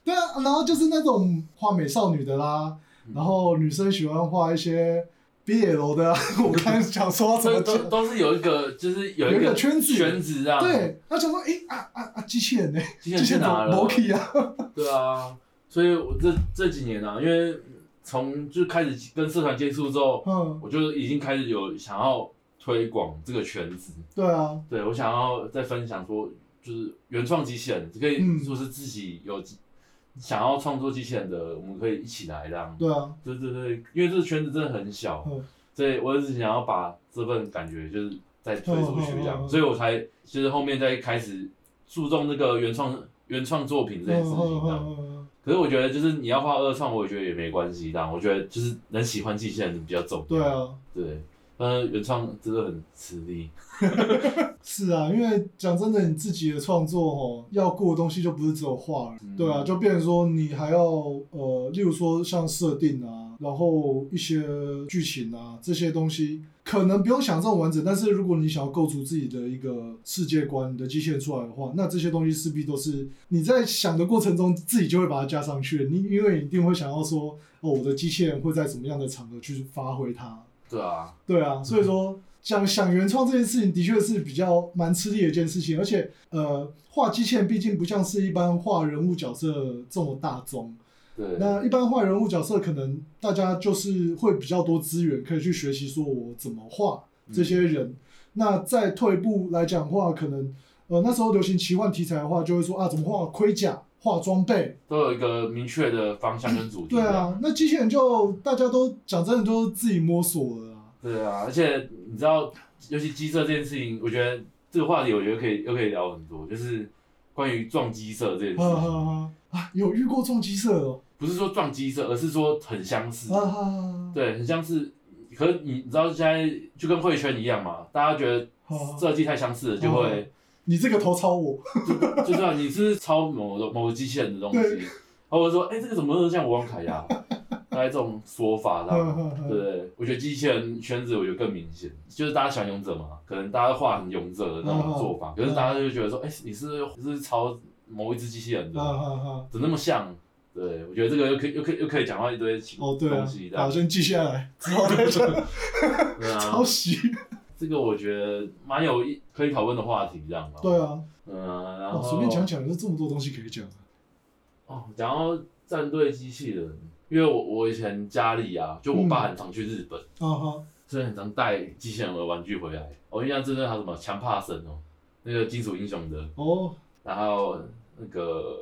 [SPEAKER 2] 对啊，然后就是那种画美少女的啦，
[SPEAKER 3] 嗯
[SPEAKER 2] 然后女生喜欢画一些 BL 的啊、我刚想说要怎
[SPEAKER 3] 这
[SPEAKER 2] 么
[SPEAKER 3] 都
[SPEAKER 2] 讲，
[SPEAKER 3] 都是有一个，就是有
[SPEAKER 2] 有
[SPEAKER 3] 一
[SPEAKER 2] 一
[SPEAKER 3] 个
[SPEAKER 2] 个圈子
[SPEAKER 3] 圈子这样，
[SPEAKER 2] 对，他想说，哎、啊啊啊，机器人呢、
[SPEAKER 3] 机器
[SPEAKER 2] 机
[SPEAKER 3] 人
[SPEAKER 2] 器
[SPEAKER 3] 去
[SPEAKER 2] 人怎
[SPEAKER 3] 哪
[SPEAKER 2] 么
[SPEAKER 3] 了？
[SPEAKER 2] m o k 啊？
[SPEAKER 3] 对啊，所以我这这几年啊，因为从就开始跟社团接触之后，
[SPEAKER 2] 嗯，
[SPEAKER 3] 我就已经开始有想要推广这个圈子。
[SPEAKER 2] 对啊，
[SPEAKER 3] 对我想要再分享说，就是原创机器人可以
[SPEAKER 2] 嗯
[SPEAKER 3] 说是自己有机想要创作机器人的，我们可以一起来这样。
[SPEAKER 2] 对啊，
[SPEAKER 3] 对对对，因为这个圈子真的很小，
[SPEAKER 2] 嗯
[SPEAKER 3] 所以我只是想要把这份感觉就是再推出去这样，
[SPEAKER 2] 嗯嗯嗯嗯
[SPEAKER 3] 所以我才就是后面再开始注重那个原创原创作
[SPEAKER 2] 嗯
[SPEAKER 3] 品这件事
[SPEAKER 2] 嗯
[SPEAKER 3] 情这样。
[SPEAKER 2] 嗯嗯，
[SPEAKER 3] 可是我觉得就是你要画二创，我觉得也没关系这样，我觉得就是能喜欢机器人比较重要。
[SPEAKER 2] 对，啊，
[SPEAKER 3] 对，呃，原创真的很吃力。
[SPEAKER 2] 是啊，因为讲真的，你自己的创作哦，要过的东西就不是只有画了，
[SPEAKER 3] 嗯
[SPEAKER 2] 对啊，就变成说你还要呃，例如说像设定啊，然后一些剧情啊这些东西，可能不用想这么完整，但是如果你想要构筑自己的一个世界观，你的机器人出来的话，那这些东西势必都是你在想的过程中自己就会把它加上去，你因为你一定会想要说，哦，我的机器人会在什么样的场合去发挥它，
[SPEAKER 3] 对啊，
[SPEAKER 2] 对啊，所以说想想原创这件事情的确是比较蛮吃力的一件事情，而且呃，画机器人毕竟不像是一般画人物角色这么大众。
[SPEAKER 3] 对，
[SPEAKER 2] 那一般画人物角色，可能大家就是会比较多资源可以去学习，说我怎么画这些人。那再退一步来讲的话，可能呃那时候流行奇幻题材的话，就会说啊怎么画盔甲、画装备，
[SPEAKER 3] 都有一个明确的方向跟主题。
[SPEAKER 2] 对啊，，那机器人就大家都讲真的都自己摸索了啊。
[SPEAKER 3] 对啊，而且你知道，尤其机设这件事情，我觉得这个话题，我觉得可以又可以聊很多，就是关于撞机设这件事
[SPEAKER 2] 哈哈
[SPEAKER 3] 情，
[SPEAKER 2] 哈 啊，有遇过撞击社哦。
[SPEAKER 3] 不是说撞机设，而是说很相似，
[SPEAKER 2] 啊哈哈，
[SPEAKER 3] 对，很相似。可是你知道现在就跟绘圈一样嘛，大家觉得
[SPEAKER 2] 好
[SPEAKER 3] 设计太相似了，就会
[SPEAKER 2] 你这个头抄我，
[SPEAKER 3] 就知道你是不是抄某个某个机器人的东西，
[SPEAKER 2] 嗯对
[SPEAKER 3] 然后我就说，哎、这个怎么能像我王凯呀？ 大概这种说法啦。
[SPEAKER 2] 嗯嗯嗯
[SPEAKER 3] 对，我觉得机器人圈子我觉得更明显，就是大家喜欢勇者嘛，可能大家画很勇者的那
[SPEAKER 2] 嗯
[SPEAKER 3] 种做法，可是大家就会觉得说，哎、你是不是抄某一只机器人的，
[SPEAKER 2] 啊哈哈，
[SPEAKER 3] 怎么那么像？对，我觉得这个又可以又可以又可以讲到一堆情
[SPEAKER 2] 哦对
[SPEAKER 3] 东
[SPEAKER 2] 啊
[SPEAKER 3] 西，这样
[SPEAKER 2] 好，先记下来，哦之后再讲
[SPEAKER 3] 对啊
[SPEAKER 2] 抄， 袭，
[SPEAKER 3] 这个我觉得蛮有一可以讨论的话题，这样嘛。
[SPEAKER 2] 对，啊，
[SPEAKER 3] 嗯，然后
[SPEAKER 2] 哦，随便讲讲，有这么多东西可以讲，啊
[SPEAKER 3] 哦，讲到战队机器人，因为我我以前家里啊，就我
[SPEAKER 2] 嗯
[SPEAKER 3] 爸很常去日本，
[SPEAKER 2] 啊哈，
[SPEAKER 3] 所以很常带机器人的玩具回来。哦我印象最深还有什么强帕森哦，那个金属英雄的，
[SPEAKER 2] 哦，
[SPEAKER 3] 然后那个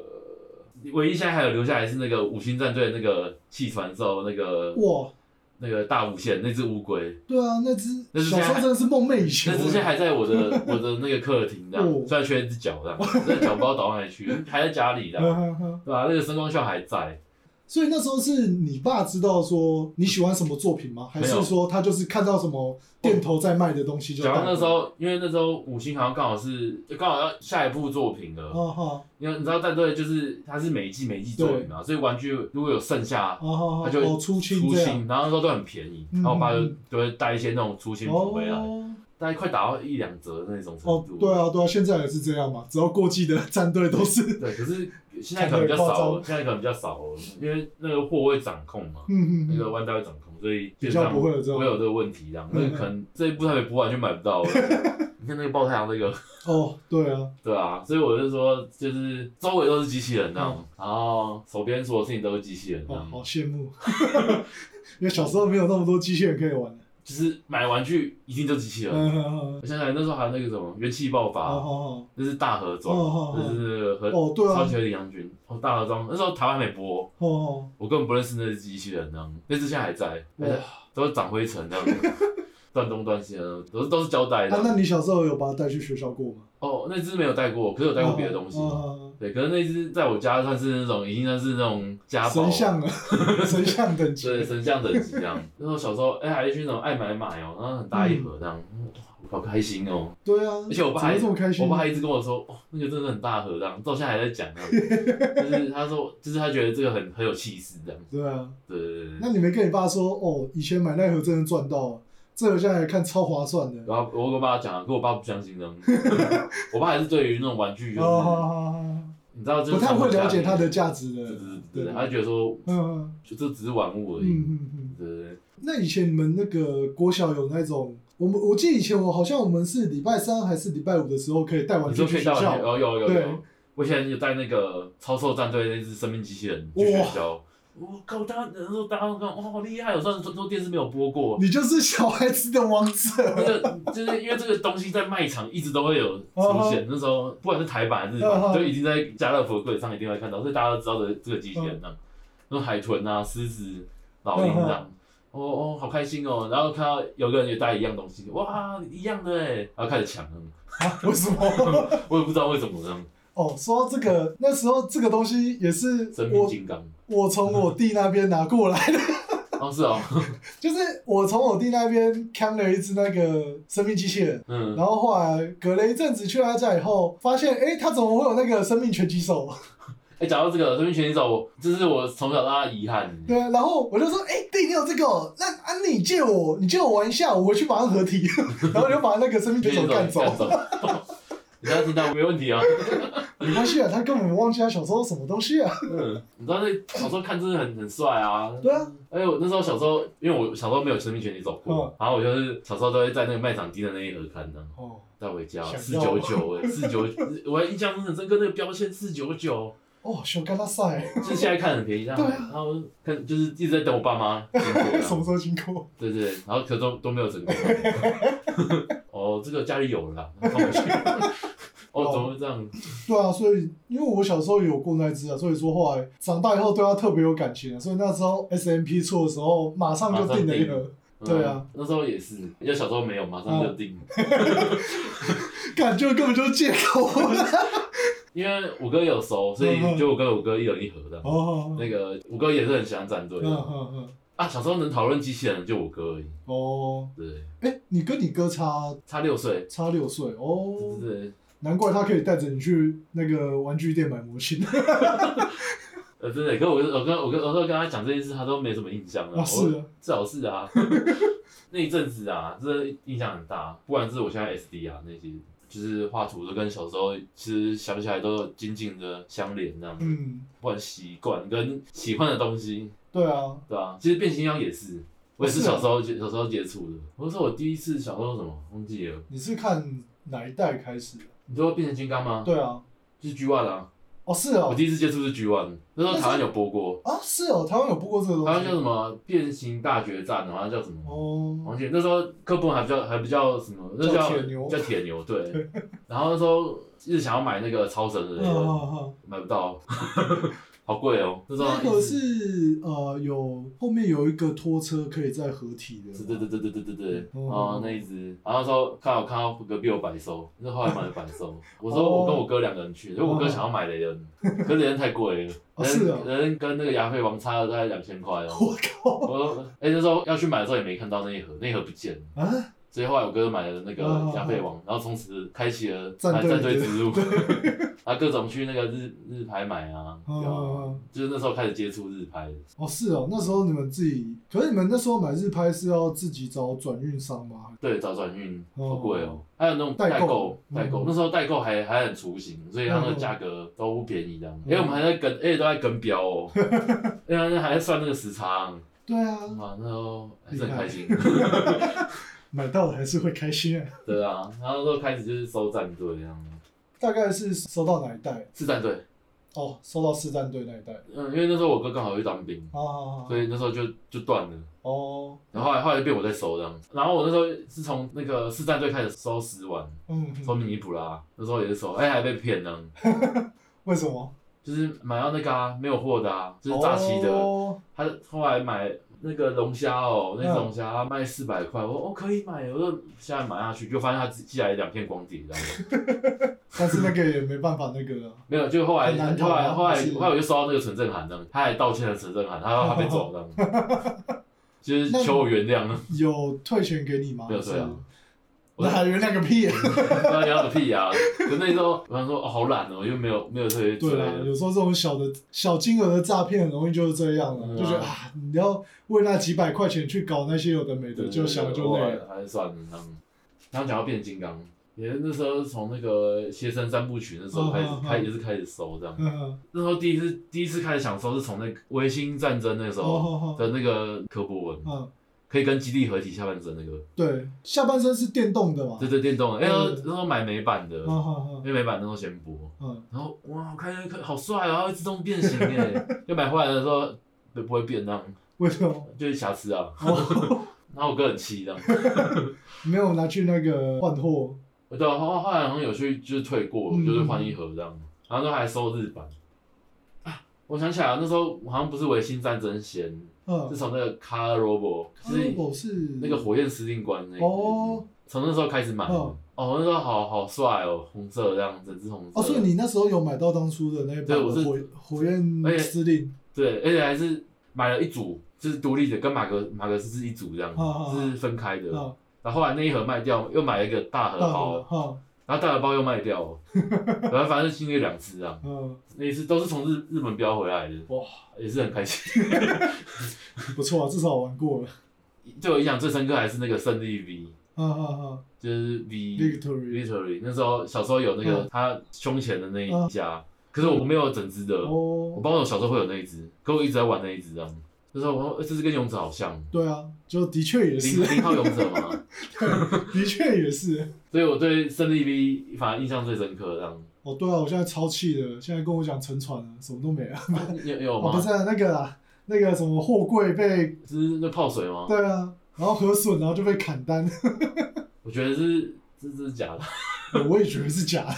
[SPEAKER 3] 唯一现在还有留下来是那个五星战队那个气传兽那个
[SPEAKER 2] 哇，
[SPEAKER 3] 那个大无限那只乌龟，
[SPEAKER 2] 对啊，那只
[SPEAKER 3] 那只
[SPEAKER 2] 小时候真的是梦寐以求
[SPEAKER 3] 那，之前还在 我的我的那个客厅这
[SPEAKER 2] 哦
[SPEAKER 3] 样，虽然缺一只脚这样，那脚不知道倒到哪里去，还在家里这
[SPEAKER 2] 啊
[SPEAKER 3] 样，
[SPEAKER 2] 哈哈，
[SPEAKER 3] 对吧、那个声光效还在，
[SPEAKER 2] 所以那时候是你爸知道说你喜欢什么作品吗？还
[SPEAKER 3] 没有
[SPEAKER 2] 是说他就是看到什么店头在卖的东西就带回
[SPEAKER 3] 讲
[SPEAKER 2] 来？
[SPEAKER 3] 到那时候，因为那时候五星好像刚好是刚好要下一部作品了，
[SPEAKER 2] 啊哈，
[SPEAKER 3] 因为你知道战队就是它是每一季每一季作品嘛，所以玩具如果有剩下
[SPEAKER 2] 啊，哈
[SPEAKER 3] 它
[SPEAKER 2] 哈，
[SPEAKER 3] 就会
[SPEAKER 2] 哦，出清
[SPEAKER 3] 出
[SPEAKER 2] 这样，
[SPEAKER 3] 清，然后那时候都很便宜，
[SPEAKER 2] 嗯
[SPEAKER 3] 然后我爸就就会带一些那种出清品回来，
[SPEAKER 2] 哦。
[SPEAKER 3] 大概快打到一两折的那种程
[SPEAKER 2] 哦
[SPEAKER 3] 度。，
[SPEAKER 2] 对啊，对啊，现在也是这样嘛，只要过季的战队都 是，
[SPEAKER 3] 对，可是现在可能比
[SPEAKER 2] 看得
[SPEAKER 3] 较少
[SPEAKER 2] 很夸
[SPEAKER 3] 了，现在可能比较少了，因为那个货会掌控嘛。
[SPEAKER 2] 嗯嗯
[SPEAKER 3] 那个
[SPEAKER 2] 嗯，
[SPEAKER 3] 弯刀会掌控，所以基
[SPEAKER 2] 比
[SPEAKER 3] 本
[SPEAKER 2] 较
[SPEAKER 3] 上
[SPEAKER 2] 不会有这种
[SPEAKER 3] 不会有这个问题，这样，那
[SPEAKER 2] 嗯
[SPEAKER 3] 可能这一部还没播完就买不到了。 你看那个爆太阳那个，
[SPEAKER 2] 哦，对啊，
[SPEAKER 3] 对啊，所以我就说，就是周围都是机器人那样，然后手边所有事情都是机器人那
[SPEAKER 2] 嗯哦，
[SPEAKER 3] 样，
[SPEAKER 2] 好羡慕， 因为小时候没有那么多机器人可以玩。
[SPEAKER 3] 就是买玩具一定就是机器人。
[SPEAKER 2] 嗯哼哼，
[SPEAKER 3] 我想起来那时候还有那个什么元气爆
[SPEAKER 2] 好
[SPEAKER 3] 发，
[SPEAKER 2] 好哦好，
[SPEAKER 3] 那是大盒装，
[SPEAKER 2] 哦哦哦
[SPEAKER 3] 就是和
[SPEAKER 2] 哦对啊
[SPEAKER 3] 超级合理洋君哦大盒装，那时候台湾还没播，
[SPEAKER 2] 哦哦，
[SPEAKER 3] 我根本不认识那只机器人那样，那只现在还在，
[SPEAKER 2] 哇
[SPEAKER 3] 还在都是长灰尘那样， 断东断西的，都是都是胶带
[SPEAKER 2] 啊
[SPEAKER 3] 的。，
[SPEAKER 2] 那你小时候有把它带去学校过吗？
[SPEAKER 3] 哦，那只没有带过，可是有带过别的东西。
[SPEAKER 2] 哦
[SPEAKER 3] 对，可是那只在我家算是那种已经算是那种
[SPEAKER 2] 哦
[SPEAKER 3] 家
[SPEAKER 2] 哦
[SPEAKER 3] 宝
[SPEAKER 2] 神像 啊，神像等级。
[SPEAKER 3] 对，神像等级这样。那时候小时候，哎、还去那种爱买买哦、然后很大一盒这样，哇好开心哦、
[SPEAKER 2] 对啊，
[SPEAKER 3] 而且我
[SPEAKER 2] 怎么
[SPEAKER 3] 爸还
[SPEAKER 2] 这么开心？
[SPEAKER 3] 我爸还一直跟我说，哦，那个真的很大盒这样，到现在还在讲 这样。就是他说，就是他觉得这个很很有气势这样。
[SPEAKER 2] 对啊，
[SPEAKER 3] 对对对对。
[SPEAKER 2] 那你没跟你爸说哦，以前买那盒真的赚到了，这盒现在看超划算的。
[SPEAKER 3] 然后我跟我爸讲，可我爸不相信 这样。我爸还是对于那种玩具，就
[SPEAKER 2] 哦，好
[SPEAKER 3] 是
[SPEAKER 2] 好好，
[SPEAKER 3] 你知道，就是
[SPEAKER 2] 不太会了解它的
[SPEAKER 3] 价
[SPEAKER 2] 价值
[SPEAKER 3] 值。
[SPEAKER 2] 的
[SPEAKER 3] 对。对对
[SPEAKER 2] 对
[SPEAKER 3] 对，
[SPEAKER 2] 对，
[SPEAKER 3] 他觉得说，
[SPEAKER 2] 嗯
[SPEAKER 3] 就这只是玩物而
[SPEAKER 2] 嗯
[SPEAKER 3] 已。
[SPEAKER 2] 嗯嗯，
[SPEAKER 3] 对对对。
[SPEAKER 2] 那以前你们那个国小有那种，我们我记得以前我好像我们是礼拜三还是礼拜五的时候可以带玩
[SPEAKER 3] 你
[SPEAKER 2] 具
[SPEAKER 3] 说
[SPEAKER 2] 去
[SPEAKER 3] 可以
[SPEAKER 2] 学
[SPEAKER 3] 带玩具？
[SPEAKER 2] 校，
[SPEAKER 3] 哦，有有
[SPEAKER 2] 对
[SPEAKER 3] 有。我以前有带那个超兽战队那只生命机器人去学校。我靠！大家那时候大家都看，哇，好厉害哦！虽然说说电视没有播过，
[SPEAKER 2] 你就是小孩子 的王者。
[SPEAKER 3] 那个 就是因为这个东西在卖场一直都会有
[SPEAKER 2] 哦
[SPEAKER 3] 出现。那时候不管是台版还是日
[SPEAKER 2] 嗯
[SPEAKER 3] 版，
[SPEAKER 2] 哼
[SPEAKER 3] 就已经在家乐福的柜上一定会看到，所以大家都知道这这个机器
[SPEAKER 2] 嗯
[SPEAKER 3] 人呢，那种海豚啊、狮子、老鹰这样。哦哦，好开心哦！然后看到有个人也带一样东西，哇，一样的哎，然后开始抢，
[SPEAKER 2] 为什么？
[SPEAKER 3] 我也不知道为什么这样。
[SPEAKER 2] 哦，说到这个，那时候这个东西也是
[SPEAKER 3] 神秘
[SPEAKER 2] 我
[SPEAKER 3] 金刚，
[SPEAKER 2] 我从我弟那边拿过来的，
[SPEAKER 3] 哦是哦，
[SPEAKER 2] 就是我从我弟那边扛了一只那个生命机器人。
[SPEAKER 3] 嗯，
[SPEAKER 2] 然后后来隔了一阵子去他家以后，发现哎，他怎么会有那个生命拳击手？
[SPEAKER 3] 哎，讲到这个生命拳击手，我这是我从小到大的遗憾。
[SPEAKER 2] 对啊，然后我就说，哎、弟，你有这个哦，那安妮你借我，你借我玩一下，我回去马上合体， 然后就把那个生命对
[SPEAKER 3] 拳击
[SPEAKER 2] 手
[SPEAKER 3] 手
[SPEAKER 2] 干
[SPEAKER 3] 干
[SPEAKER 2] 走。
[SPEAKER 3] 走， 你刚刚听到没问题啊。
[SPEAKER 2] 没关系啊，他根本忘记他小时候什么东西 啊。
[SPEAKER 3] 嗯，你知道那小时候看真的很很帅啊。
[SPEAKER 2] 对啊，
[SPEAKER 3] 而且我那时候小时候，因为我小时候没有生命权利走过，
[SPEAKER 2] 嗯
[SPEAKER 3] 然后我就是小时候都会在那个卖场盯着那一盒看呢，
[SPEAKER 2] 哦，
[SPEAKER 3] 带回家四
[SPEAKER 2] 想到
[SPEAKER 3] 九九哎，四九， 我还印象很深刻，那个标签四九九，
[SPEAKER 2] 哦，小干拉赛，
[SPEAKER 3] 就是现在看很便宜，然后
[SPEAKER 2] 对啊
[SPEAKER 3] 然后看就是一直在等我爸妈经过这样，
[SPEAKER 2] 什么时候经过？
[SPEAKER 3] 对对，对然后可都都没有成功。 哦，这个家里有了啦，放 回去。哦，怎么会这样？
[SPEAKER 2] 对啊，所以因为我小时候有过那一只啊，所以说后来长大以后对它特别有感情啊，所以那时候 S M P 出的时候，马上就订了一盒，
[SPEAKER 3] 嗯
[SPEAKER 2] 对啊，
[SPEAKER 3] 那时候也是，因为小时候没有，马上就定。
[SPEAKER 2] 感觉根本就是借口。
[SPEAKER 3] 因为五哥有熟，所以就我跟我哥一人一盒的。
[SPEAKER 2] 嗯哦，
[SPEAKER 3] 那个五哥也是很喜欢战队
[SPEAKER 2] 嗯
[SPEAKER 3] 的
[SPEAKER 2] 嗯嗯，
[SPEAKER 3] 啊。小时候能讨论机器人就我哥而已，
[SPEAKER 2] 哦，
[SPEAKER 3] 对，
[SPEAKER 2] 哎、你跟你哥差
[SPEAKER 3] 差六岁，
[SPEAKER 2] 差六岁哦。
[SPEAKER 3] 对，
[SPEAKER 2] 难怪他可以带着你去那个玩具店买模型。
[SPEAKER 3] 呃，真的。可我我跟我跟我都跟他讲这件事，他都没什么印象了。
[SPEAKER 2] 啊，是啊，
[SPEAKER 3] 最好是啊， 那一阵子啊，真的印象很大。不管是我现在 SD 啊那些，就是画图都跟小时候其实想起来都有紧紧的相连这样子，
[SPEAKER 2] 嗯，
[SPEAKER 3] 不管习惯跟喜欢的东西，
[SPEAKER 2] 对啊，
[SPEAKER 3] 对吧、其实变形金刚也是，我也是
[SPEAKER 2] 是啊
[SPEAKER 3] 小时候接小时候接触的。我说我第一次小时候什么忘记了，
[SPEAKER 2] 你是看哪一代开始的？
[SPEAKER 3] 你说变形金刚吗？
[SPEAKER 2] 对啊，
[SPEAKER 3] 就是 G One 啊，
[SPEAKER 2] 哦是哦
[SPEAKER 3] 我，第一次接触是 G One，那时候台湾有播过，
[SPEAKER 2] 啊是哦，台湾有播过这个
[SPEAKER 3] 台湾叫
[SPEAKER 2] 东
[SPEAKER 3] 什
[SPEAKER 2] 西。
[SPEAKER 3] 么变形大决战，然后叫什么？
[SPEAKER 2] 哦，
[SPEAKER 3] 而且那时候课本还比较还比较什么，那叫
[SPEAKER 2] 叫铁牛
[SPEAKER 3] 叫铁牛 对。然后那时候一直想要买那个超神
[SPEAKER 2] 嗯
[SPEAKER 3] 的那个，
[SPEAKER 2] 嗯嗯，
[SPEAKER 3] 买不到， 好贵哦。那时候
[SPEAKER 2] 那个是呃有后面有一个拖车可以再合体的，
[SPEAKER 3] 对对对对对对对，
[SPEAKER 2] 嗯
[SPEAKER 3] 然后那一只，然后那时候刚好看到隔壁有百兽，那后来买了百兽。我说我跟我哥两个人去，因为我哥想要买雷恩，可是雷恩太贵了，
[SPEAKER 2] 哦
[SPEAKER 3] 雷
[SPEAKER 2] 是啊
[SPEAKER 3] 恩雷恩跟那个亚非王差了大概两千块哦。
[SPEAKER 2] 我靠
[SPEAKER 3] 我说，哎，那时候要去买的时候也没看到那一盒，那一盒不见了。
[SPEAKER 2] 啊！
[SPEAKER 3] 所以后来我哥买了那个
[SPEAKER 2] 哦
[SPEAKER 3] 加菲王，然后从此开启了
[SPEAKER 2] 战队
[SPEAKER 3] 战队之路，啊，各种去那个日日拍买啊，
[SPEAKER 2] 哦
[SPEAKER 3] 对啊就是那时候开始接触日拍的，
[SPEAKER 2] 哦是哦，那时候你们自己，可是你们那时候买日拍是要自己找转运商吗？
[SPEAKER 3] 对，找转运
[SPEAKER 2] 哦
[SPEAKER 3] 好贵哦，还有那种代
[SPEAKER 2] 代
[SPEAKER 3] 购
[SPEAKER 2] 购，
[SPEAKER 3] 代购
[SPEAKER 2] 嗯
[SPEAKER 3] 那时候代购还还很雏形，所以它那个价格都不便宜这样，
[SPEAKER 2] 嗯
[SPEAKER 3] 因为我们还在跟，而且都在跟标哦， 因为还在算那个时差，哦哇，
[SPEAKER 2] 对啊，
[SPEAKER 3] 那时候还是很开心，
[SPEAKER 2] 买到了还是会开心啊。
[SPEAKER 3] 对啊，然后就开始就是收战队这样，
[SPEAKER 2] 大概是收到哪一代？
[SPEAKER 3] 是战队，
[SPEAKER 2] 哦，收到四战队那一代
[SPEAKER 3] 嗯，因为那时候我哥刚好去当兵，
[SPEAKER 2] 啊，
[SPEAKER 3] 所以那时候就就断了。
[SPEAKER 2] 哦，
[SPEAKER 3] 然后后来后来就变我在收这样子，然后我那时候是从那个四战队开始收十万，
[SPEAKER 2] 嗯，
[SPEAKER 3] 收迷你普拉，那时候也是收，哎、还被骗呢，
[SPEAKER 2] 为什么？
[SPEAKER 3] 就是买到那个啊没有货的啊，就是诈欺的，
[SPEAKER 2] 哦
[SPEAKER 3] 他后来买那个龙虾哦，那只
[SPEAKER 2] 嗯
[SPEAKER 3] 龙虾他卖四百块，我说哦可以买，我就现在买下去，就发现他寄寄来两片光碟，这 样子
[SPEAKER 2] 但是那个也没办法那个 了。
[SPEAKER 3] 没有，就后来
[SPEAKER 2] 很难
[SPEAKER 3] 后
[SPEAKER 2] 逃
[SPEAKER 3] 来
[SPEAKER 2] 啊
[SPEAKER 3] 后
[SPEAKER 2] 还
[SPEAKER 3] 来
[SPEAKER 2] 是
[SPEAKER 3] 后来我就收到那个存证函这样，他还道歉了存证函，他说他被走了 这样子，就是
[SPEAKER 2] 那你
[SPEAKER 3] 求我原谅，
[SPEAKER 2] 有退钱给你吗？
[SPEAKER 3] 没 有退啊
[SPEAKER 2] 是
[SPEAKER 3] 我
[SPEAKER 2] 那还原谅个屁！啊
[SPEAKER 3] 那聊个屁啊！可那时候我想说，哦，好懒哦，又没有没有特别之类
[SPEAKER 2] 对啦，
[SPEAKER 3] 的。
[SPEAKER 2] 有时候这种小的小金额的诈骗，很容易就是这样了，
[SPEAKER 3] 嗯啊
[SPEAKER 2] 就觉得啊，你要为那几百块钱去搞那些有的没的，就想了就
[SPEAKER 3] 后
[SPEAKER 2] 累
[SPEAKER 3] 来
[SPEAKER 2] 了。
[SPEAKER 3] 还是算了。他们他们讲要变金刚，也是那时候从那个邪神三部曲那时候开始
[SPEAKER 2] 嗯嗯嗯
[SPEAKER 3] 开也是开始收这样。
[SPEAKER 2] 嗯，
[SPEAKER 3] 那时候第一次第一次开始想收是从那个维新战争那时啊
[SPEAKER 2] 哦
[SPEAKER 3] 候
[SPEAKER 2] 哦哦，
[SPEAKER 3] 的那个柯博文，
[SPEAKER 2] 嗯，
[SPEAKER 3] 可以跟基地合体下半身那个，
[SPEAKER 2] 对，下半身是电动的嘛？
[SPEAKER 3] 对对，电动的，哎、
[SPEAKER 2] 嗯
[SPEAKER 3] 那时候买美版的，
[SPEAKER 2] 嗯嗯
[SPEAKER 3] 因
[SPEAKER 2] 嗯
[SPEAKER 3] 为美版那时候先播，
[SPEAKER 2] 嗯，
[SPEAKER 3] 然后哇，开开好帅啊，会自动变形 耶，就买回来的时候不不会变那样，
[SPEAKER 2] 为什么？
[SPEAKER 3] 就是瑕疵啊，
[SPEAKER 2] 哦，
[SPEAKER 3] 然后我哥很气这样，
[SPEAKER 2] 没有拿去那个换货，
[SPEAKER 3] 对啊，后后来好像有去就是退过，
[SPEAKER 2] 嗯
[SPEAKER 3] 就是换一盒这样，然后都还收日版。啊，我想起来了，那时候好像不是维新战争先，是
[SPEAKER 2] 嗯，啊
[SPEAKER 3] 从那个 Car Robo，是
[SPEAKER 2] 我是
[SPEAKER 3] 那个火焰司令官那个，
[SPEAKER 2] 哦
[SPEAKER 3] 从那时候开始买的。
[SPEAKER 2] 嗯
[SPEAKER 3] 哦，那时候好好帅哦，红色这样，整只红色。
[SPEAKER 2] 哦，所以你那时候有买到当初的那一版
[SPEAKER 3] 对我
[SPEAKER 2] 的
[SPEAKER 3] 是哎
[SPEAKER 2] 火火焰
[SPEAKER 3] 而且
[SPEAKER 2] 司令，
[SPEAKER 3] 对，而且还是买了一组，就是独立的，跟马格马格斯是一组这样，
[SPEAKER 2] 嗯嗯嗯
[SPEAKER 3] 是分开的。
[SPEAKER 2] 嗯，
[SPEAKER 3] 然后后来那一盒卖掉，又买了一个大
[SPEAKER 2] 大
[SPEAKER 3] 荷包，
[SPEAKER 2] 的，哈，
[SPEAKER 3] 然后大荷包又卖掉 了，然后反正就经历两次啊。
[SPEAKER 2] 嗯，
[SPEAKER 3] 那一次都是从日日本标回来的，
[SPEAKER 2] 哇，
[SPEAKER 3] 也是很开心。
[SPEAKER 2] 不错啊，至少玩过了，
[SPEAKER 3] 对我印象最深刻还是那个胜利 V，
[SPEAKER 2] 哈哈哈
[SPEAKER 3] 就是 V
[SPEAKER 2] ，Victory，
[SPEAKER 3] Victory。那时候小时候有那个
[SPEAKER 2] 嗯
[SPEAKER 3] 他胸前的那一家，可是我没有整只的，我
[SPEAKER 2] 哦，
[SPEAKER 3] 不知道我小时候会有那一只，可我一直在玩那一只啊。那时候我说欸这只跟勇者好像，
[SPEAKER 2] 对啊，就的确也
[SPEAKER 3] 零
[SPEAKER 2] 是，
[SPEAKER 3] 零号勇者嘛，
[SPEAKER 2] 的确也是。
[SPEAKER 3] 所以我对胜利 V 反而印象最深刻。这样，
[SPEAKER 2] 哦，对啊，我现在超气的，现在跟我讲沉船了，什么都没了。
[SPEAKER 3] 你有你有
[SPEAKER 2] 哦，
[SPEAKER 3] 吗
[SPEAKER 2] 不？是啊那个啊，那个什么货柜被，
[SPEAKER 3] 是那泡水吗？
[SPEAKER 2] 对啊，然后核损，然后就被砍单。
[SPEAKER 3] 我觉得是这这是假的，
[SPEAKER 2] 我也觉得是假的。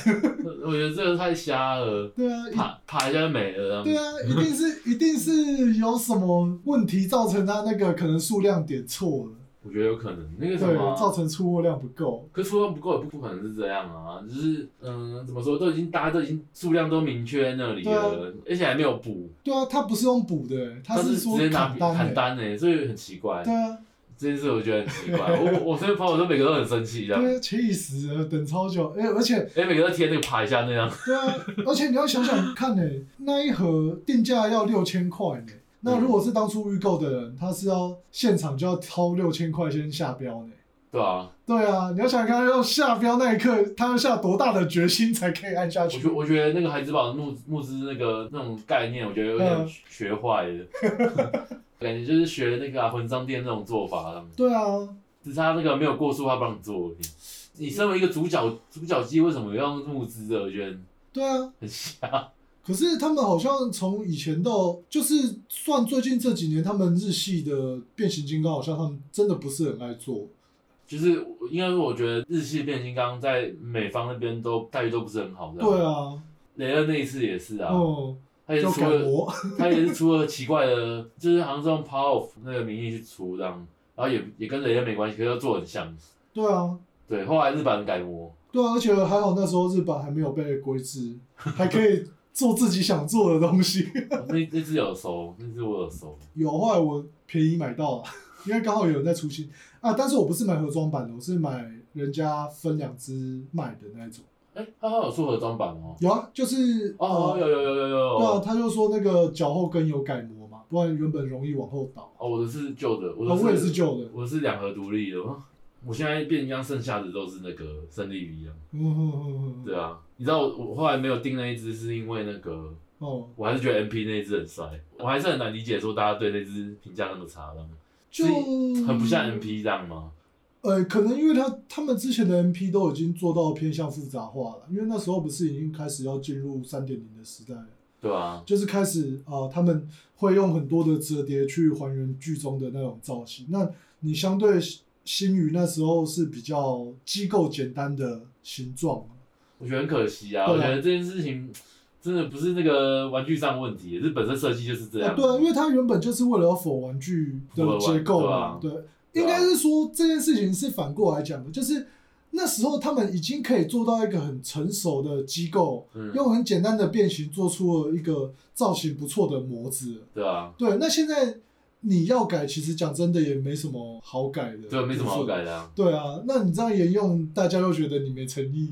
[SPEAKER 3] 我觉得这个太瞎 了，
[SPEAKER 2] 对啊，一
[SPEAKER 3] 爬爬一下就没了。这
[SPEAKER 2] 对
[SPEAKER 3] 样，
[SPEAKER 2] 啊，一定是一定是有什么问题造成它那个可能数量点错了，
[SPEAKER 3] 我觉得有可能那个什
[SPEAKER 2] 对，
[SPEAKER 3] 么啊。
[SPEAKER 2] 造成出货量不够。
[SPEAKER 3] 可是数量不够也不不可能是这样啊，就是嗯，怎么说，都已经大家都已经数量都明确在那里了，而且还没有补，
[SPEAKER 2] 对啊，它不是用补的，它
[SPEAKER 3] 但
[SPEAKER 2] 啊是
[SPEAKER 3] 直
[SPEAKER 2] 说
[SPEAKER 3] 接拿
[SPEAKER 2] 砍
[SPEAKER 3] 笔
[SPEAKER 2] 单、
[SPEAKER 3] 砍
[SPEAKER 2] 欸。
[SPEAKER 3] 单呢、所以很奇怪。
[SPEAKER 2] 对啊，
[SPEAKER 3] 这件事我觉得很奇怪，我我身边朋友都每个都很生气这样，
[SPEAKER 2] 对啊，气死了，等超久。哎、而且
[SPEAKER 3] 哎、每个都贴那个爬一下那样，
[SPEAKER 2] 对啊，而且你要想想看呢、那一盒定价要六千块呢。那如果是当初预购的人，他是要现场就要掏六千块先下标呢、
[SPEAKER 3] 对啊，
[SPEAKER 2] 对啊，你要想想看，要下标那一刻，他要下多大的决心才可以按下
[SPEAKER 3] 我
[SPEAKER 2] 去
[SPEAKER 3] 觉？我觉得那个孩子堡的募募资那个那种概念，我觉得有点
[SPEAKER 2] 嗯
[SPEAKER 3] 学 坏了，感觉就是学那个啊混账店那种做法这样
[SPEAKER 2] 对啊，
[SPEAKER 3] 只是他那个没有过数，他不让你做而已。你身为一个主角，主角机为什么要用募资的？我觉得
[SPEAKER 2] 对啊。
[SPEAKER 3] 很瞎。
[SPEAKER 2] 可是他们好像从以前到，就是算最近这几年，他们日系的变形金刚好像他们真的不是很爱做。
[SPEAKER 3] 就是我应该说，我觉得日系变形金刚在美方那边都待遇都不是很好的。
[SPEAKER 2] 对，啊，
[SPEAKER 3] 雷恩那一次也是啊，
[SPEAKER 2] 哦、
[SPEAKER 3] 他也是
[SPEAKER 2] 就
[SPEAKER 3] 出
[SPEAKER 2] 改
[SPEAKER 3] 了，
[SPEAKER 2] 模，
[SPEAKER 3] 他也是出了奇怪的，就是好像是用 Power of 那个名义去出这样，然后也也跟雷恩没关系，可是又做得很像。
[SPEAKER 2] 对啊，
[SPEAKER 3] 对，后来日本人改模，
[SPEAKER 2] 对啊，而且还好那时候日版还没有被规制，还可以做自己想做的东西。
[SPEAKER 3] 那那只有收，那只我有收。
[SPEAKER 2] 有，后来我便宜买到了， 因为刚好有人在出新啊。但是我不是买盒装版的，我是买人家分两只卖的那一种。
[SPEAKER 3] 哎、他好像有出盒装版哦。
[SPEAKER 2] 有啊，就是
[SPEAKER 3] 哦，
[SPEAKER 2] 呃
[SPEAKER 3] 有有有有有有。
[SPEAKER 2] 对啊，他就说那个脚后跟有改模嘛，不然原本容易往后倒。
[SPEAKER 3] 哦，我的是旧的，我
[SPEAKER 2] 啊
[SPEAKER 3] 的，
[SPEAKER 2] 我也是旧的，
[SPEAKER 3] 我是两盒独立的，我我现在变形金刚剩下的都是那个胜利 V 啊。
[SPEAKER 2] 嗯哼哼哼哼，
[SPEAKER 3] 对啊，你知道我我后来没有订那一只，是因为那个
[SPEAKER 2] 哦，
[SPEAKER 3] 我还是觉得 MP 那一只很帅，我还是很难理解说大家对那只评价那么差，这样
[SPEAKER 2] 就是
[SPEAKER 3] 很不
[SPEAKER 2] 嗯
[SPEAKER 3] 像 MP 这样吗？
[SPEAKER 2] 呃，可能因为他他们之前的 MP 都已经做到偏向复杂化了，因为那时候不是已经开始要进入三点零的时代了。
[SPEAKER 3] 对啊，
[SPEAKER 2] 就是开始啊、呃他们会用很多的折叠去还原剧中的那种造型。那你相对新宇那时候是比较机构简单的形状，
[SPEAKER 3] 我觉得很可惜啊，
[SPEAKER 2] 对啊
[SPEAKER 3] 我觉得这件事情真的不是那个玩具上的问题，是本身设计就是这
[SPEAKER 2] 啊
[SPEAKER 3] 样。
[SPEAKER 2] 对啊，因为它原本就是为了要否玩具的结构嘛，
[SPEAKER 3] 符
[SPEAKER 2] 对，应该是说这件事情是反过来讲的，就是。那时候他们已经可以做到一个很成熟的机构，
[SPEAKER 3] 嗯
[SPEAKER 2] 用很简单的变形做出了一个造型不错的模子了
[SPEAKER 3] 对啊，
[SPEAKER 2] 对，那现在你要改，其实讲真的也没什么好改的，
[SPEAKER 3] 对，没什么好。改的、啊，
[SPEAKER 2] 对啊，那你这样沿用，大家又觉得你没诚意。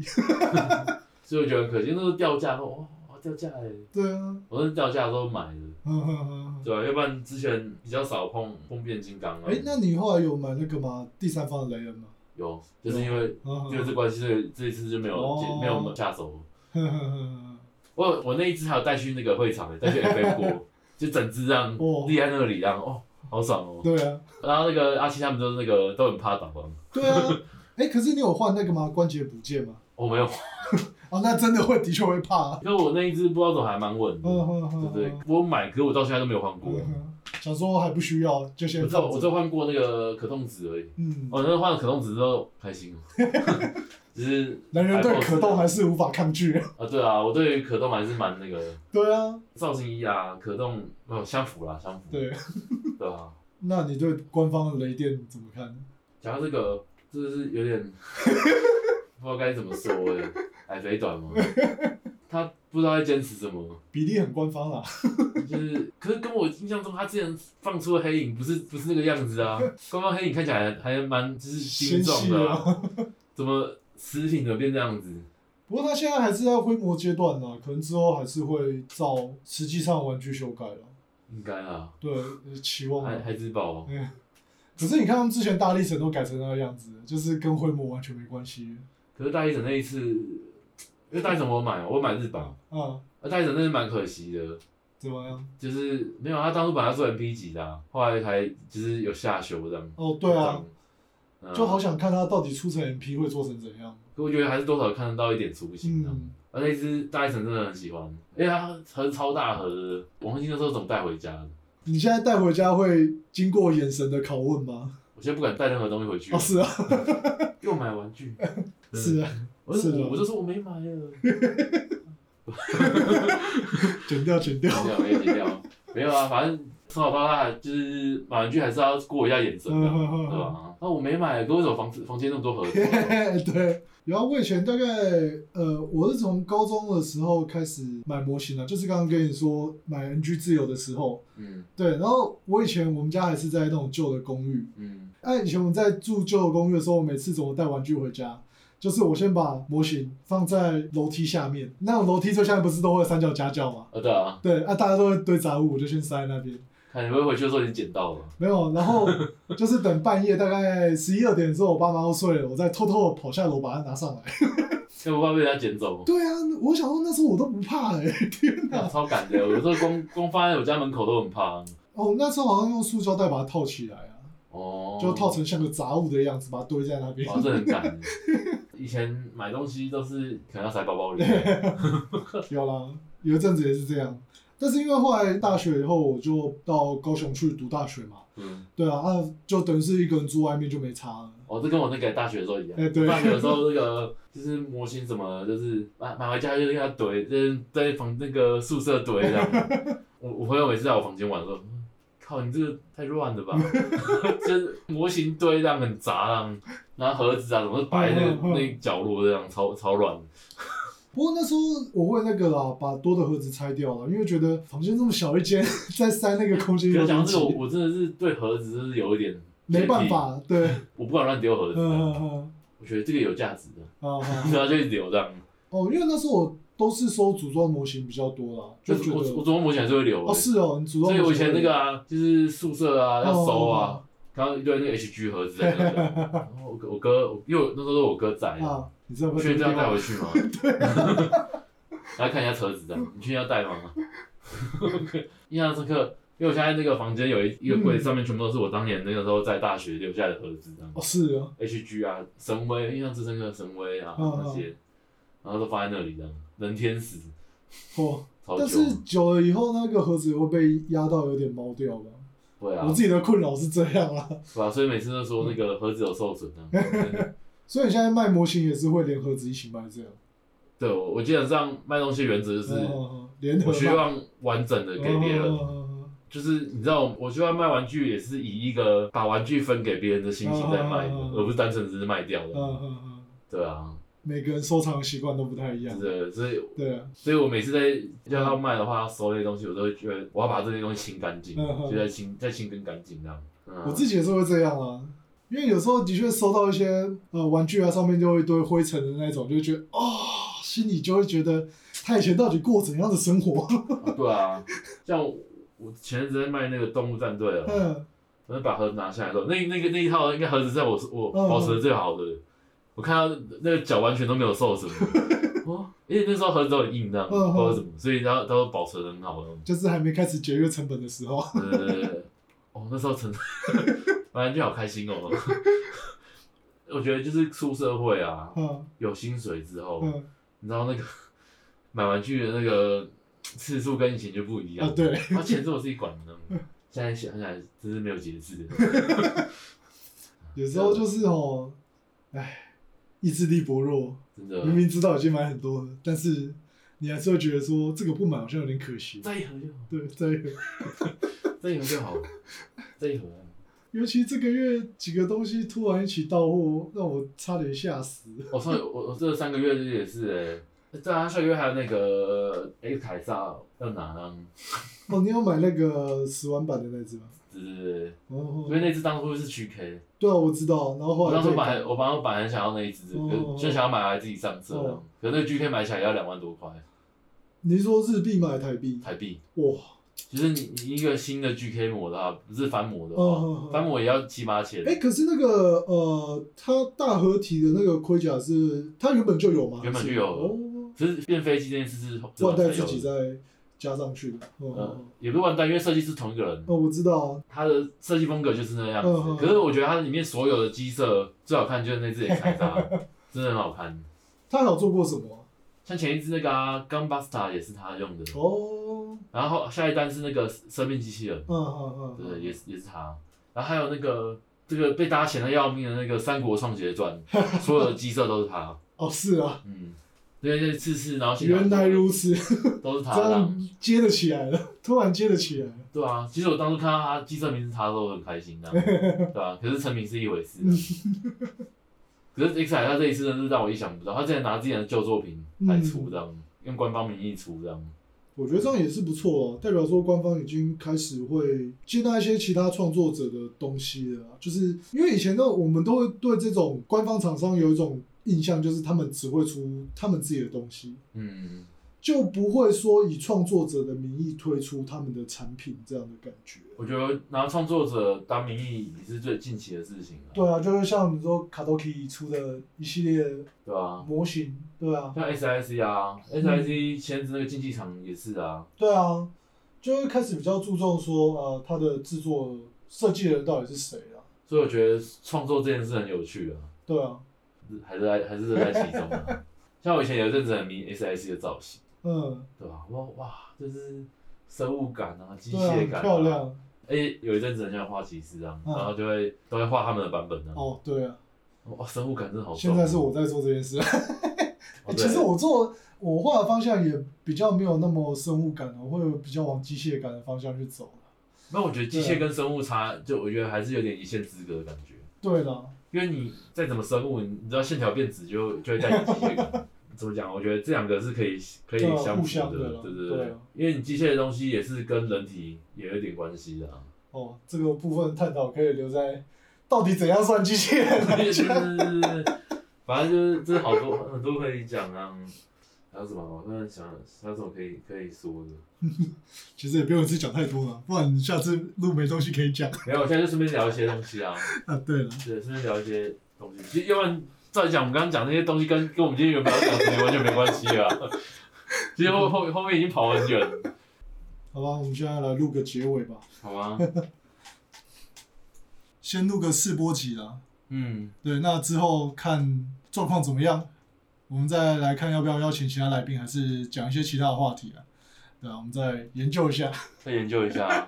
[SPEAKER 3] 所以我觉得很可惜，那时候掉价说哇哇掉价哎，
[SPEAKER 2] 对啊，
[SPEAKER 3] 我那时候掉价的时候买的。
[SPEAKER 2] 嗯哼哼哼。
[SPEAKER 3] 对啊，要不然之前比较少碰碰变形金刚啊。
[SPEAKER 2] 哎、那你后来有买那个吗？第三方的雷恩吗？
[SPEAKER 3] 有，就是因为
[SPEAKER 2] 嗯
[SPEAKER 3] 因为这
[SPEAKER 2] 哼
[SPEAKER 3] 关系，所以这一次就没有、
[SPEAKER 2] 哦
[SPEAKER 3] 没有下手。
[SPEAKER 2] 哼 哼
[SPEAKER 3] 我我那一只还有带去那个会场，带去 FA 过，就整只这样
[SPEAKER 2] 哦
[SPEAKER 3] 立在那里，这样哦，好爽哦。
[SPEAKER 2] 对啊，
[SPEAKER 3] 然后那个阿七他们都那个都很怕打光，
[SPEAKER 2] 对啊。 哎、可是你有换那个吗？关节补件吗？
[SPEAKER 3] 我没有，
[SPEAKER 2] 哦，那真的会，的确会怕、啊。
[SPEAKER 3] 因为我那一只不知道怎么还蛮稳的，
[SPEAKER 2] 嗯嗯嗯
[SPEAKER 3] 对不对
[SPEAKER 2] 嗯？
[SPEAKER 3] 我买，可是我到现在都没有换过。
[SPEAKER 2] 嗯想说还不需要，就
[SPEAKER 3] 我
[SPEAKER 2] 先
[SPEAKER 3] 只有
[SPEAKER 2] 放
[SPEAKER 3] 我只
[SPEAKER 2] 着。
[SPEAKER 3] 有换过那个可动子而已。
[SPEAKER 2] 嗯，
[SPEAKER 3] 哦，那换了可动子之后开 心哦，只是啊
[SPEAKER 2] 男人对
[SPEAKER 3] iPod
[SPEAKER 2] 可动还是无法抗 拒。
[SPEAKER 3] 啊，对啊，我对于可动还是蛮那个
[SPEAKER 2] 对啊，
[SPEAKER 3] 造型衣啊，可动哦相符啦，相符。
[SPEAKER 2] 对。
[SPEAKER 3] 对啊，
[SPEAKER 2] 那你对官方的雷电怎么看？
[SPEAKER 3] 讲到这个，真的是有点不知道该怎么说哎、矮肥短吗？他不知道在坚持什么，
[SPEAKER 2] 比例很官方啦。
[SPEAKER 3] 就是可是跟我印象中他之前放出的黑影不是不是那个样子啊，官方黑影看起来还蛮就是精壮的、
[SPEAKER 2] 哦
[SPEAKER 3] 啊，怎么食品怎么变这样子？
[SPEAKER 2] 不过它现在还是在规模阶段啦，可能之后还是会照实际上玩具修改了。
[SPEAKER 3] 应该啊，
[SPEAKER 2] 对，呃期望
[SPEAKER 3] 海
[SPEAKER 2] 啊。
[SPEAKER 3] 海之宝
[SPEAKER 2] 嗯，可是你看他们之前大力神都改成那个样子，就是跟规模完全没关系。
[SPEAKER 3] 可是大一整那一次，因为大一整我有买，我有买日版，
[SPEAKER 2] 啊，
[SPEAKER 3] 而大一整那是蛮可惜的，
[SPEAKER 2] 怎么样？
[SPEAKER 3] 就是没有他当初本来要做 MP 级的啊、后来还就是有下修这样。
[SPEAKER 2] 哦，对啊，
[SPEAKER 3] 这样，
[SPEAKER 2] 就好
[SPEAKER 3] 像，
[SPEAKER 2] 想看它到底出成 MP 会做成怎样。
[SPEAKER 3] 可我觉得还是多少看得到一点雏形的。啊
[SPEAKER 2] 嗯，
[SPEAKER 3] 而那一只大一层真的很喜欢，因为它盒子超大盒的，我忘记那时候怎么带回家的。
[SPEAKER 2] 你现在带回家会经过眼神的拷问吗？
[SPEAKER 3] 我现在不敢带任何东西回去，
[SPEAKER 2] 哦，是啊，
[SPEAKER 3] 又买玩具，
[SPEAKER 2] 是
[SPEAKER 3] 啊，
[SPEAKER 2] 啊，
[SPEAKER 3] 我就是
[SPEAKER 2] 啊
[SPEAKER 3] 我就说我没买了，
[SPEAKER 2] 剪掉， 剪掉。
[SPEAKER 3] 没有没有没有没有啊，反正从小到大就是买玩具还是要过一下眼神的，
[SPEAKER 2] 嗯嗯嗯嗯
[SPEAKER 3] 对吧？啊那我没买，可为什么房子房间那么多盒 子？
[SPEAKER 2] 对，然后我以前大概呃，我是从高中的时候开始买模型的，就是刚刚跟你说买 NG 自由的时候，
[SPEAKER 3] 嗯
[SPEAKER 2] 对，然后我以前我们家还是在那种旧的公寓，
[SPEAKER 3] 嗯
[SPEAKER 2] 哎、以前我们在住旧的公寓的时候，我每次怎么带玩具回家？就是我先把模型放在楼梯下面，那种楼梯最下面不是都会有三角夹角嘛？
[SPEAKER 3] 啊对啊，
[SPEAKER 2] 对，啊，大家都会堆杂物，我就先塞在那边。
[SPEAKER 3] 看你会不会回去的时候已经捡到了，
[SPEAKER 2] 没有，然后 就是等半夜大概十一二点的时候，我爸妈都睡了，我再偷偷地跑下楼把它拿上来。
[SPEAKER 3] 要不怕被人家捡走。
[SPEAKER 2] 对啊，我想说那时候我都不怕哎、天哪！
[SPEAKER 3] 超赶的，有时候光光放在我家门口都很怕。
[SPEAKER 2] 哦，那时候好像用塑胶袋把它套起来啊，
[SPEAKER 3] 哦，
[SPEAKER 2] 就套成像个杂物的样子，把它堆在那边。
[SPEAKER 3] 哇，这很赶。以前买东西都是可能要塞包包里，
[SPEAKER 2] 有啦，有一阵子也是这样，但是因为后来大学以后，我就到高雄去读大学嘛。
[SPEAKER 3] 嗯，
[SPEAKER 2] 对啊，啊，就等于是一个人住外面就没差了。
[SPEAKER 3] 哦，这跟我那个大学的时候一样。
[SPEAKER 2] 哎对
[SPEAKER 3] 大学的时候那个就是模型什么，就是买买回家就给它堆，就是在房那个宿舍堆这样。我我朋友每次在我房间玩说。嗯靠，你这个太 乱了吧！就是模型堆这样很杂这样，然后盒子啊，什么都摆在那
[SPEAKER 2] 嗯嗯嗯
[SPEAKER 3] 个那个角落这样，超超乱。
[SPEAKER 2] 不过那时候我为那个啦，把多的盒子拆掉了，因为觉得房间这么小一间， 再塞那个空间
[SPEAKER 3] 不
[SPEAKER 2] 有
[SPEAKER 3] 要
[SPEAKER 2] 点
[SPEAKER 3] 讲这个，我
[SPEAKER 2] 挤，
[SPEAKER 3] 我真的是对盒子就是有一点
[SPEAKER 2] 没办
[SPEAKER 3] 洁癖，
[SPEAKER 2] 法。对，
[SPEAKER 3] 我不敢乱丢盒
[SPEAKER 2] 嗯
[SPEAKER 3] 子，
[SPEAKER 2] 嗯
[SPEAKER 3] 我觉得这个有价值的，
[SPEAKER 2] 嗯，啊
[SPEAKER 3] 所以他就一直留这样。
[SPEAKER 2] 哦，因为那时候我都是收组装模型比较多啦，
[SPEAKER 3] 就
[SPEAKER 2] 就是觉
[SPEAKER 3] 我
[SPEAKER 2] 得
[SPEAKER 3] 我琢磨模型还是会留
[SPEAKER 2] 哦
[SPEAKER 3] 的，
[SPEAKER 2] 是哦，你组装
[SPEAKER 3] 所以
[SPEAKER 2] 模
[SPEAKER 3] 我以
[SPEAKER 2] 型
[SPEAKER 3] 前
[SPEAKER 2] 会
[SPEAKER 3] 那个啊，就是宿舍啊
[SPEAKER 2] 哦
[SPEAKER 3] 要收啊，然后一堆那个 HG 盒子在那个，然后我哥我哥我因为我那时候我哥在啊，
[SPEAKER 2] 啊，你知道
[SPEAKER 3] 你
[SPEAKER 2] 不
[SPEAKER 3] 确
[SPEAKER 2] 知
[SPEAKER 3] 定
[SPEAKER 2] 道
[SPEAKER 3] 要带回去吗？
[SPEAKER 2] 啊
[SPEAKER 3] 然后看一下车子这样，你确定要带吗？ 印象深刻，因为我现在那个房间有一一个柜子，上面全部都是我当年那个时候在大学留下来的盒子，这样
[SPEAKER 2] 哦是啊，
[SPEAKER 3] HG 啊、神威，印象最深刻的神威啊
[SPEAKER 2] 嗯嗯
[SPEAKER 3] 那些，然后都放在那里这样，人天使
[SPEAKER 2] 哦，
[SPEAKER 3] 超久
[SPEAKER 2] 但，是久了以后那个盒子也会被压到有点毛掉吧，
[SPEAKER 3] 对啊
[SPEAKER 2] 我，自己的困扰是这样啊啦，
[SPEAKER 3] 是吧？所以每次都说那个盒子有受损啊。
[SPEAKER 2] 所以你现在卖模型也是会连盒子一起卖这样，
[SPEAKER 3] 对，我我基本上卖东西的原则就是，
[SPEAKER 2] 嗯嗯嗯联合
[SPEAKER 3] 我
[SPEAKER 2] 卖
[SPEAKER 3] 希望完整的给别人
[SPEAKER 2] 嗯，嗯
[SPEAKER 3] 就是你知道，我希望卖玩具也是以一个把玩具分给别人的心情在卖的
[SPEAKER 2] 嗯嗯嗯，嗯
[SPEAKER 3] 而不是单纯只是卖掉
[SPEAKER 2] 嗯嗯
[SPEAKER 3] 的。
[SPEAKER 2] 嗯嗯，
[SPEAKER 3] 对啊，
[SPEAKER 2] 每个人收藏的习惯都不太一样，
[SPEAKER 3] 对，所以
[SPEAKER 2] 对啊，
[SPEAKER 3] 所以我每次在要要卖的话，要收那些东西，我都会觉得我要把这些东西清干净，
[SPEAKER 2] 嗯嗯
[SPEAKER 3] 就在清再清更干净这样。嗯
[SPEAKER 2] 我自己也是会这样啊。因为有时候的确收到一些呃玩具啊，上面就会一堆灰尘的那种，就觉得哦，心里就会觉得他以前到底过怎样的生活？
[SPEAKER 3] 啊对啊，像我我前阵子在卖那个动物战队啊，
[SPEAKER 2] 嗯，
[SPEAKER 3] 我就把盒子拿下来的时候，那那个那一套应该盒子在我我
[SPEAKER 2] 嗯
[SPEAKER 3] 保持的最好的，我看到那个脚完全都没有受损，哦，因为那时候盒子都很硬，这样不
[SPEAKER 2] 嗯
[SPEAKER 3] 知
[SPEAKER 2] 嗯
[SPEAKER 3] 道为什么，所以它它都保持的很好。
[SPEAKER 2] 就是还没开始节约成本的时候，
[SPEAKER 3] 对对对对，哦，那时候真的玩具好开心哦。 我觉得就是出社会啊，
[SPEAKER 2] 嗯
[SPEAKER 3] 有薪水之后，
[SPEAKER 2] 嗯
[SPEAKER 3] 你知道那个买玩具的那个次数跟以前就不一样。
[SPEAKER 2] 啊对，
[SPEAKER 3] 而钱是我自己管的，现在想起来真是没有节制。
[SPEAKER 2] 有时候就是哦，哎，意志力薄弱，
[SPEAKER 3] 真的，
[SPEAKER 2] 明明知道已经买很多了，但是你还是会觉得说这个不买好像有点可惜。
[SPEAKER 3] 再一盒就好，
[SPEAKER 2] 对，再一个
[SPEAKER 3] 再一盒就好，再一盒啊。
[SPEAKER 2] 尤其这个月几个东西突然一起到货，让我差点吓死。
[SPEAKER 3] 我上哦我我这三个月也是哎、欸，对啊，下个月还有那个 X 凯撒要拿呢，
[SPEAKER 2] 哦，你要买那个十万版的那只吗？
[SPEAKER 3] 只是
[SPEAKER 2] 哦
[SPEAKER 3] 因，为那只当初是取 K，
[SPEAKER 2] 对啊，我知道。然后后
[SPEAKER 3] 我
[SPEAKER 2] 来
[SPEAKER 3] 当初
[SPEAKER 2] 被
[SPEAKER 3] 本来我本来本来想要那一只，
[SPEAKER 2] 哦
[SPEAKER 3] 可就想要买来自己上色的
[SPEAKER 2] 哦，
[SPEAKER 3] 可是那个 GK 买起来也要两万多块
[SPEAKER 2] 你是说日币买台币，
[SPEAKER 3] 台币。
[SPEAKER 2] 哇，
[SPEAKER 3] 就是你你一个新的 GK 模的话，啊不是翻模的
[SPEAKER 2] 哦哦
[SPEAKER 3] 话
[SPEAKER 2] 哦，
[SPEAKER 3] 翻模也要七八千，
[SPEAKER 2] 哎、可是那个呃，它大合体的那个盔甲是它原本就有吗？
[SPEAKER 3] 原本就
[SPEAKER 2] 还是
[SPEAKER 3] 有
[SPEAKER 2] 哦，
[SPEAKER 3] 只是变飞机这件事是是
[SPEAKER 2] 万代
[SPEAKER 3] 才有
[SPEAKER 2] 哦自
[SPEAKER 3] 的
[SPEAKER 2] 己再加上去的。哦、
[SPEAKER 3] 嗯，也不是万代，因为设计师同一个人，
[SPEAKER 2] 哦，我知道啊。
[SPEAKER 3] 他的设计风格就是那样子。
[SPEAKER 2] 嗯嗯嗯
[SPEAKER 3] 可是我觉得它里面所有的机色最好看就是那只 X 凯撒，真的很好看。
[SPEAKER 2] 他有做过什么啊、
[SPEAKER 3] 像前一只那个啊，Gunbuster 也是他用的，
[SPEAKER 2] 哦，
[SPEAKER 3] 然后下一单是那个生命机器人，
[SPEAKER 2] 嗯嗯嗯，
[SPEAKER 3] 对，也是也是他。然后还有那个这个被大家嫌的要命的那个《三国创杰 传》，所有的机色都是他，
[SPEAKER 2] 哦，是啊，
[SPEAKER 3] 嗯，对对，次次然后其他
[SPEAKER 2] 原来如 此，
[SPEAKER 3] 都是他
[SPEAKER 2] 这
[SPEAKER 3] 这样
[SPEAKER 2] 样接得起来了，突然接得起来了。
[SPEAKER 3] 对啊，其实我当初看到他寄证明是他的时候，我很开心的，对啊，可是成名是一回事啊。可是 X 海他这一次真的是让我意想不到，他竟然拿自己的旧作品来出这样，用官方名义出这样。
[SPEAKER 2] 我觉得这样也是不错哦，代表说官方已经开始会接纳一些其他创作者的东西了啊，就是因为以前呢，我们都会对这种官方厂商有一种印象，就是他们只会出他们自己的东西，
[SPEAKER 3] 嗯，
[SPEAKER 2] 就不会说以创作者的名义推出他们的产品这样的感觉。
[SPEAKER 3] 我觉得拿创作者当名义也是最近期的事情了、
[SPEAKER 2] 对啊，就是像你说卡多 k 出的一系列
[SPEAKER 3] 对啊，
[SPEAKER 2] 模型，对啊，
[SPEAKER 3] 像 SIC 啊，SIC 前子那个竞技场也是啊，
[SPEAKER 2] 对啊，就会开始比较注重说，呃，它的制作设计人到底是谁啊？
[SPEAKER 3] 所以我觉得创作这件事很有趣啊，
[SPEAKER 2] 对啊，
[SPEAKER 3] 还是在还是乐在其 中啊。像我以前有一阵子很迷 SIC 的造型。
[SPEAKER 2] 嗯，
[SPEAKER 3] 对吧、哇哇，就是生物感啊，机
[SPEAKER 2] 对
[SPEAKER 3] 械
[SPEAKER 2] 啊，
[SPEAKER 3] 感、
[SPEAKER 2] 很漂。亮
[SPEAKER 3] 哎、有一阵子很喜欢画骑士啊，
[SPEAKER 2] 嗯
[SPEAKER 3] 然后就会都会画他们的版本啊。
[SPEAKER 2] 哦，对啊，
[SPEAKER 3] 哇，生物感真的好重
[SPEAKER 2] 现
[SPEAKER 3] 啊。
[SPEAKER 2] 在是我在做这件事。
[SPEAKER 3] 哦，对
[SPEAKER 2] 其实我做我画的方向也比较没有那么生物感，我会比较往机械感的方向去走。
[SPEAKER 3] 那我觉得机械跟生物差，就我觉得还是有点一线之隔的感觉。
[SPEAKER 2] 对啦，
[SPEAKER 3] 因为你再怎么生物，你知道线条变直就就会带有机械 感。怎么讲？我觉得这两个是可以可以
[SPEAKER 2] 对啊
[SPEAKER 3] 相
[SPEAKER 2] 互
[SPEAKER 3] 辅
[SPEAKER 2] 相的
[SPEAKER 3] 的
[SPEAKER 2] 啦，
[SPEAKER 3] 对对
[SPEAKER 2] 对啊
[SPEAKER 3] 因为你机械的东西也是跟人体也有点关系的、啊。
[SPEAKER 2] 哦，这个部分探讨可以留在到底怎样算机械 人来
[SPEAKER 3] 就是
[SPEAKER 2] 讲。
[SPEAKER 3] 反正就是这好多很多可以讲啊。还有什么？我突然想，还有什么可以可以说的？
[SPEAKER 2] 其实也不用一次讲太多了，不然你下次录没东西可以讲
[SPEAKER 3] 没有，我现在就顺便聊一些东西啊，
[SPEAKER 2] 啊。对了，
[SPEAKER 3] 对，顺便聊一些东西。其实要不然再讲，我们刚刚讲那些东西跟跟我们今天原本要讲的东西完全没关系啊。其实 后后后面已经跑很远，
[SPEAKER 2] 好吧，我们现在来录个结尾吧。
[SPEAKER 3] 好啊吗？
[SPEAKER 2] 先录个试播集啦。
[SPEAKER 3] 嗯，
[SPEAKER 2] 对，那之后看状况怎么样，我们再来看要不要邀请其他来宾，还是讲一些其他的话题啊。对啊，我们再研究一下。
[SPEAKER 3] 再研究一下。啊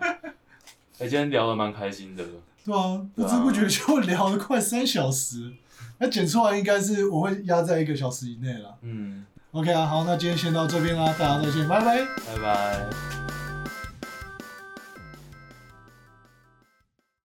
[SPEAKER 3] 哎、今天聊的蛮开心的，
[SPEAKER 2] 对啊，不知不觉就聊了快三小时，那剪出来应该是我会压在一个小时以内啦。
[SPEAKER 3] 嗯，
[SPEAKER 2] OK 啊，好，那今天先到这边啦，大家再见，拜拜。
[SPEAKER 3] 拜拜。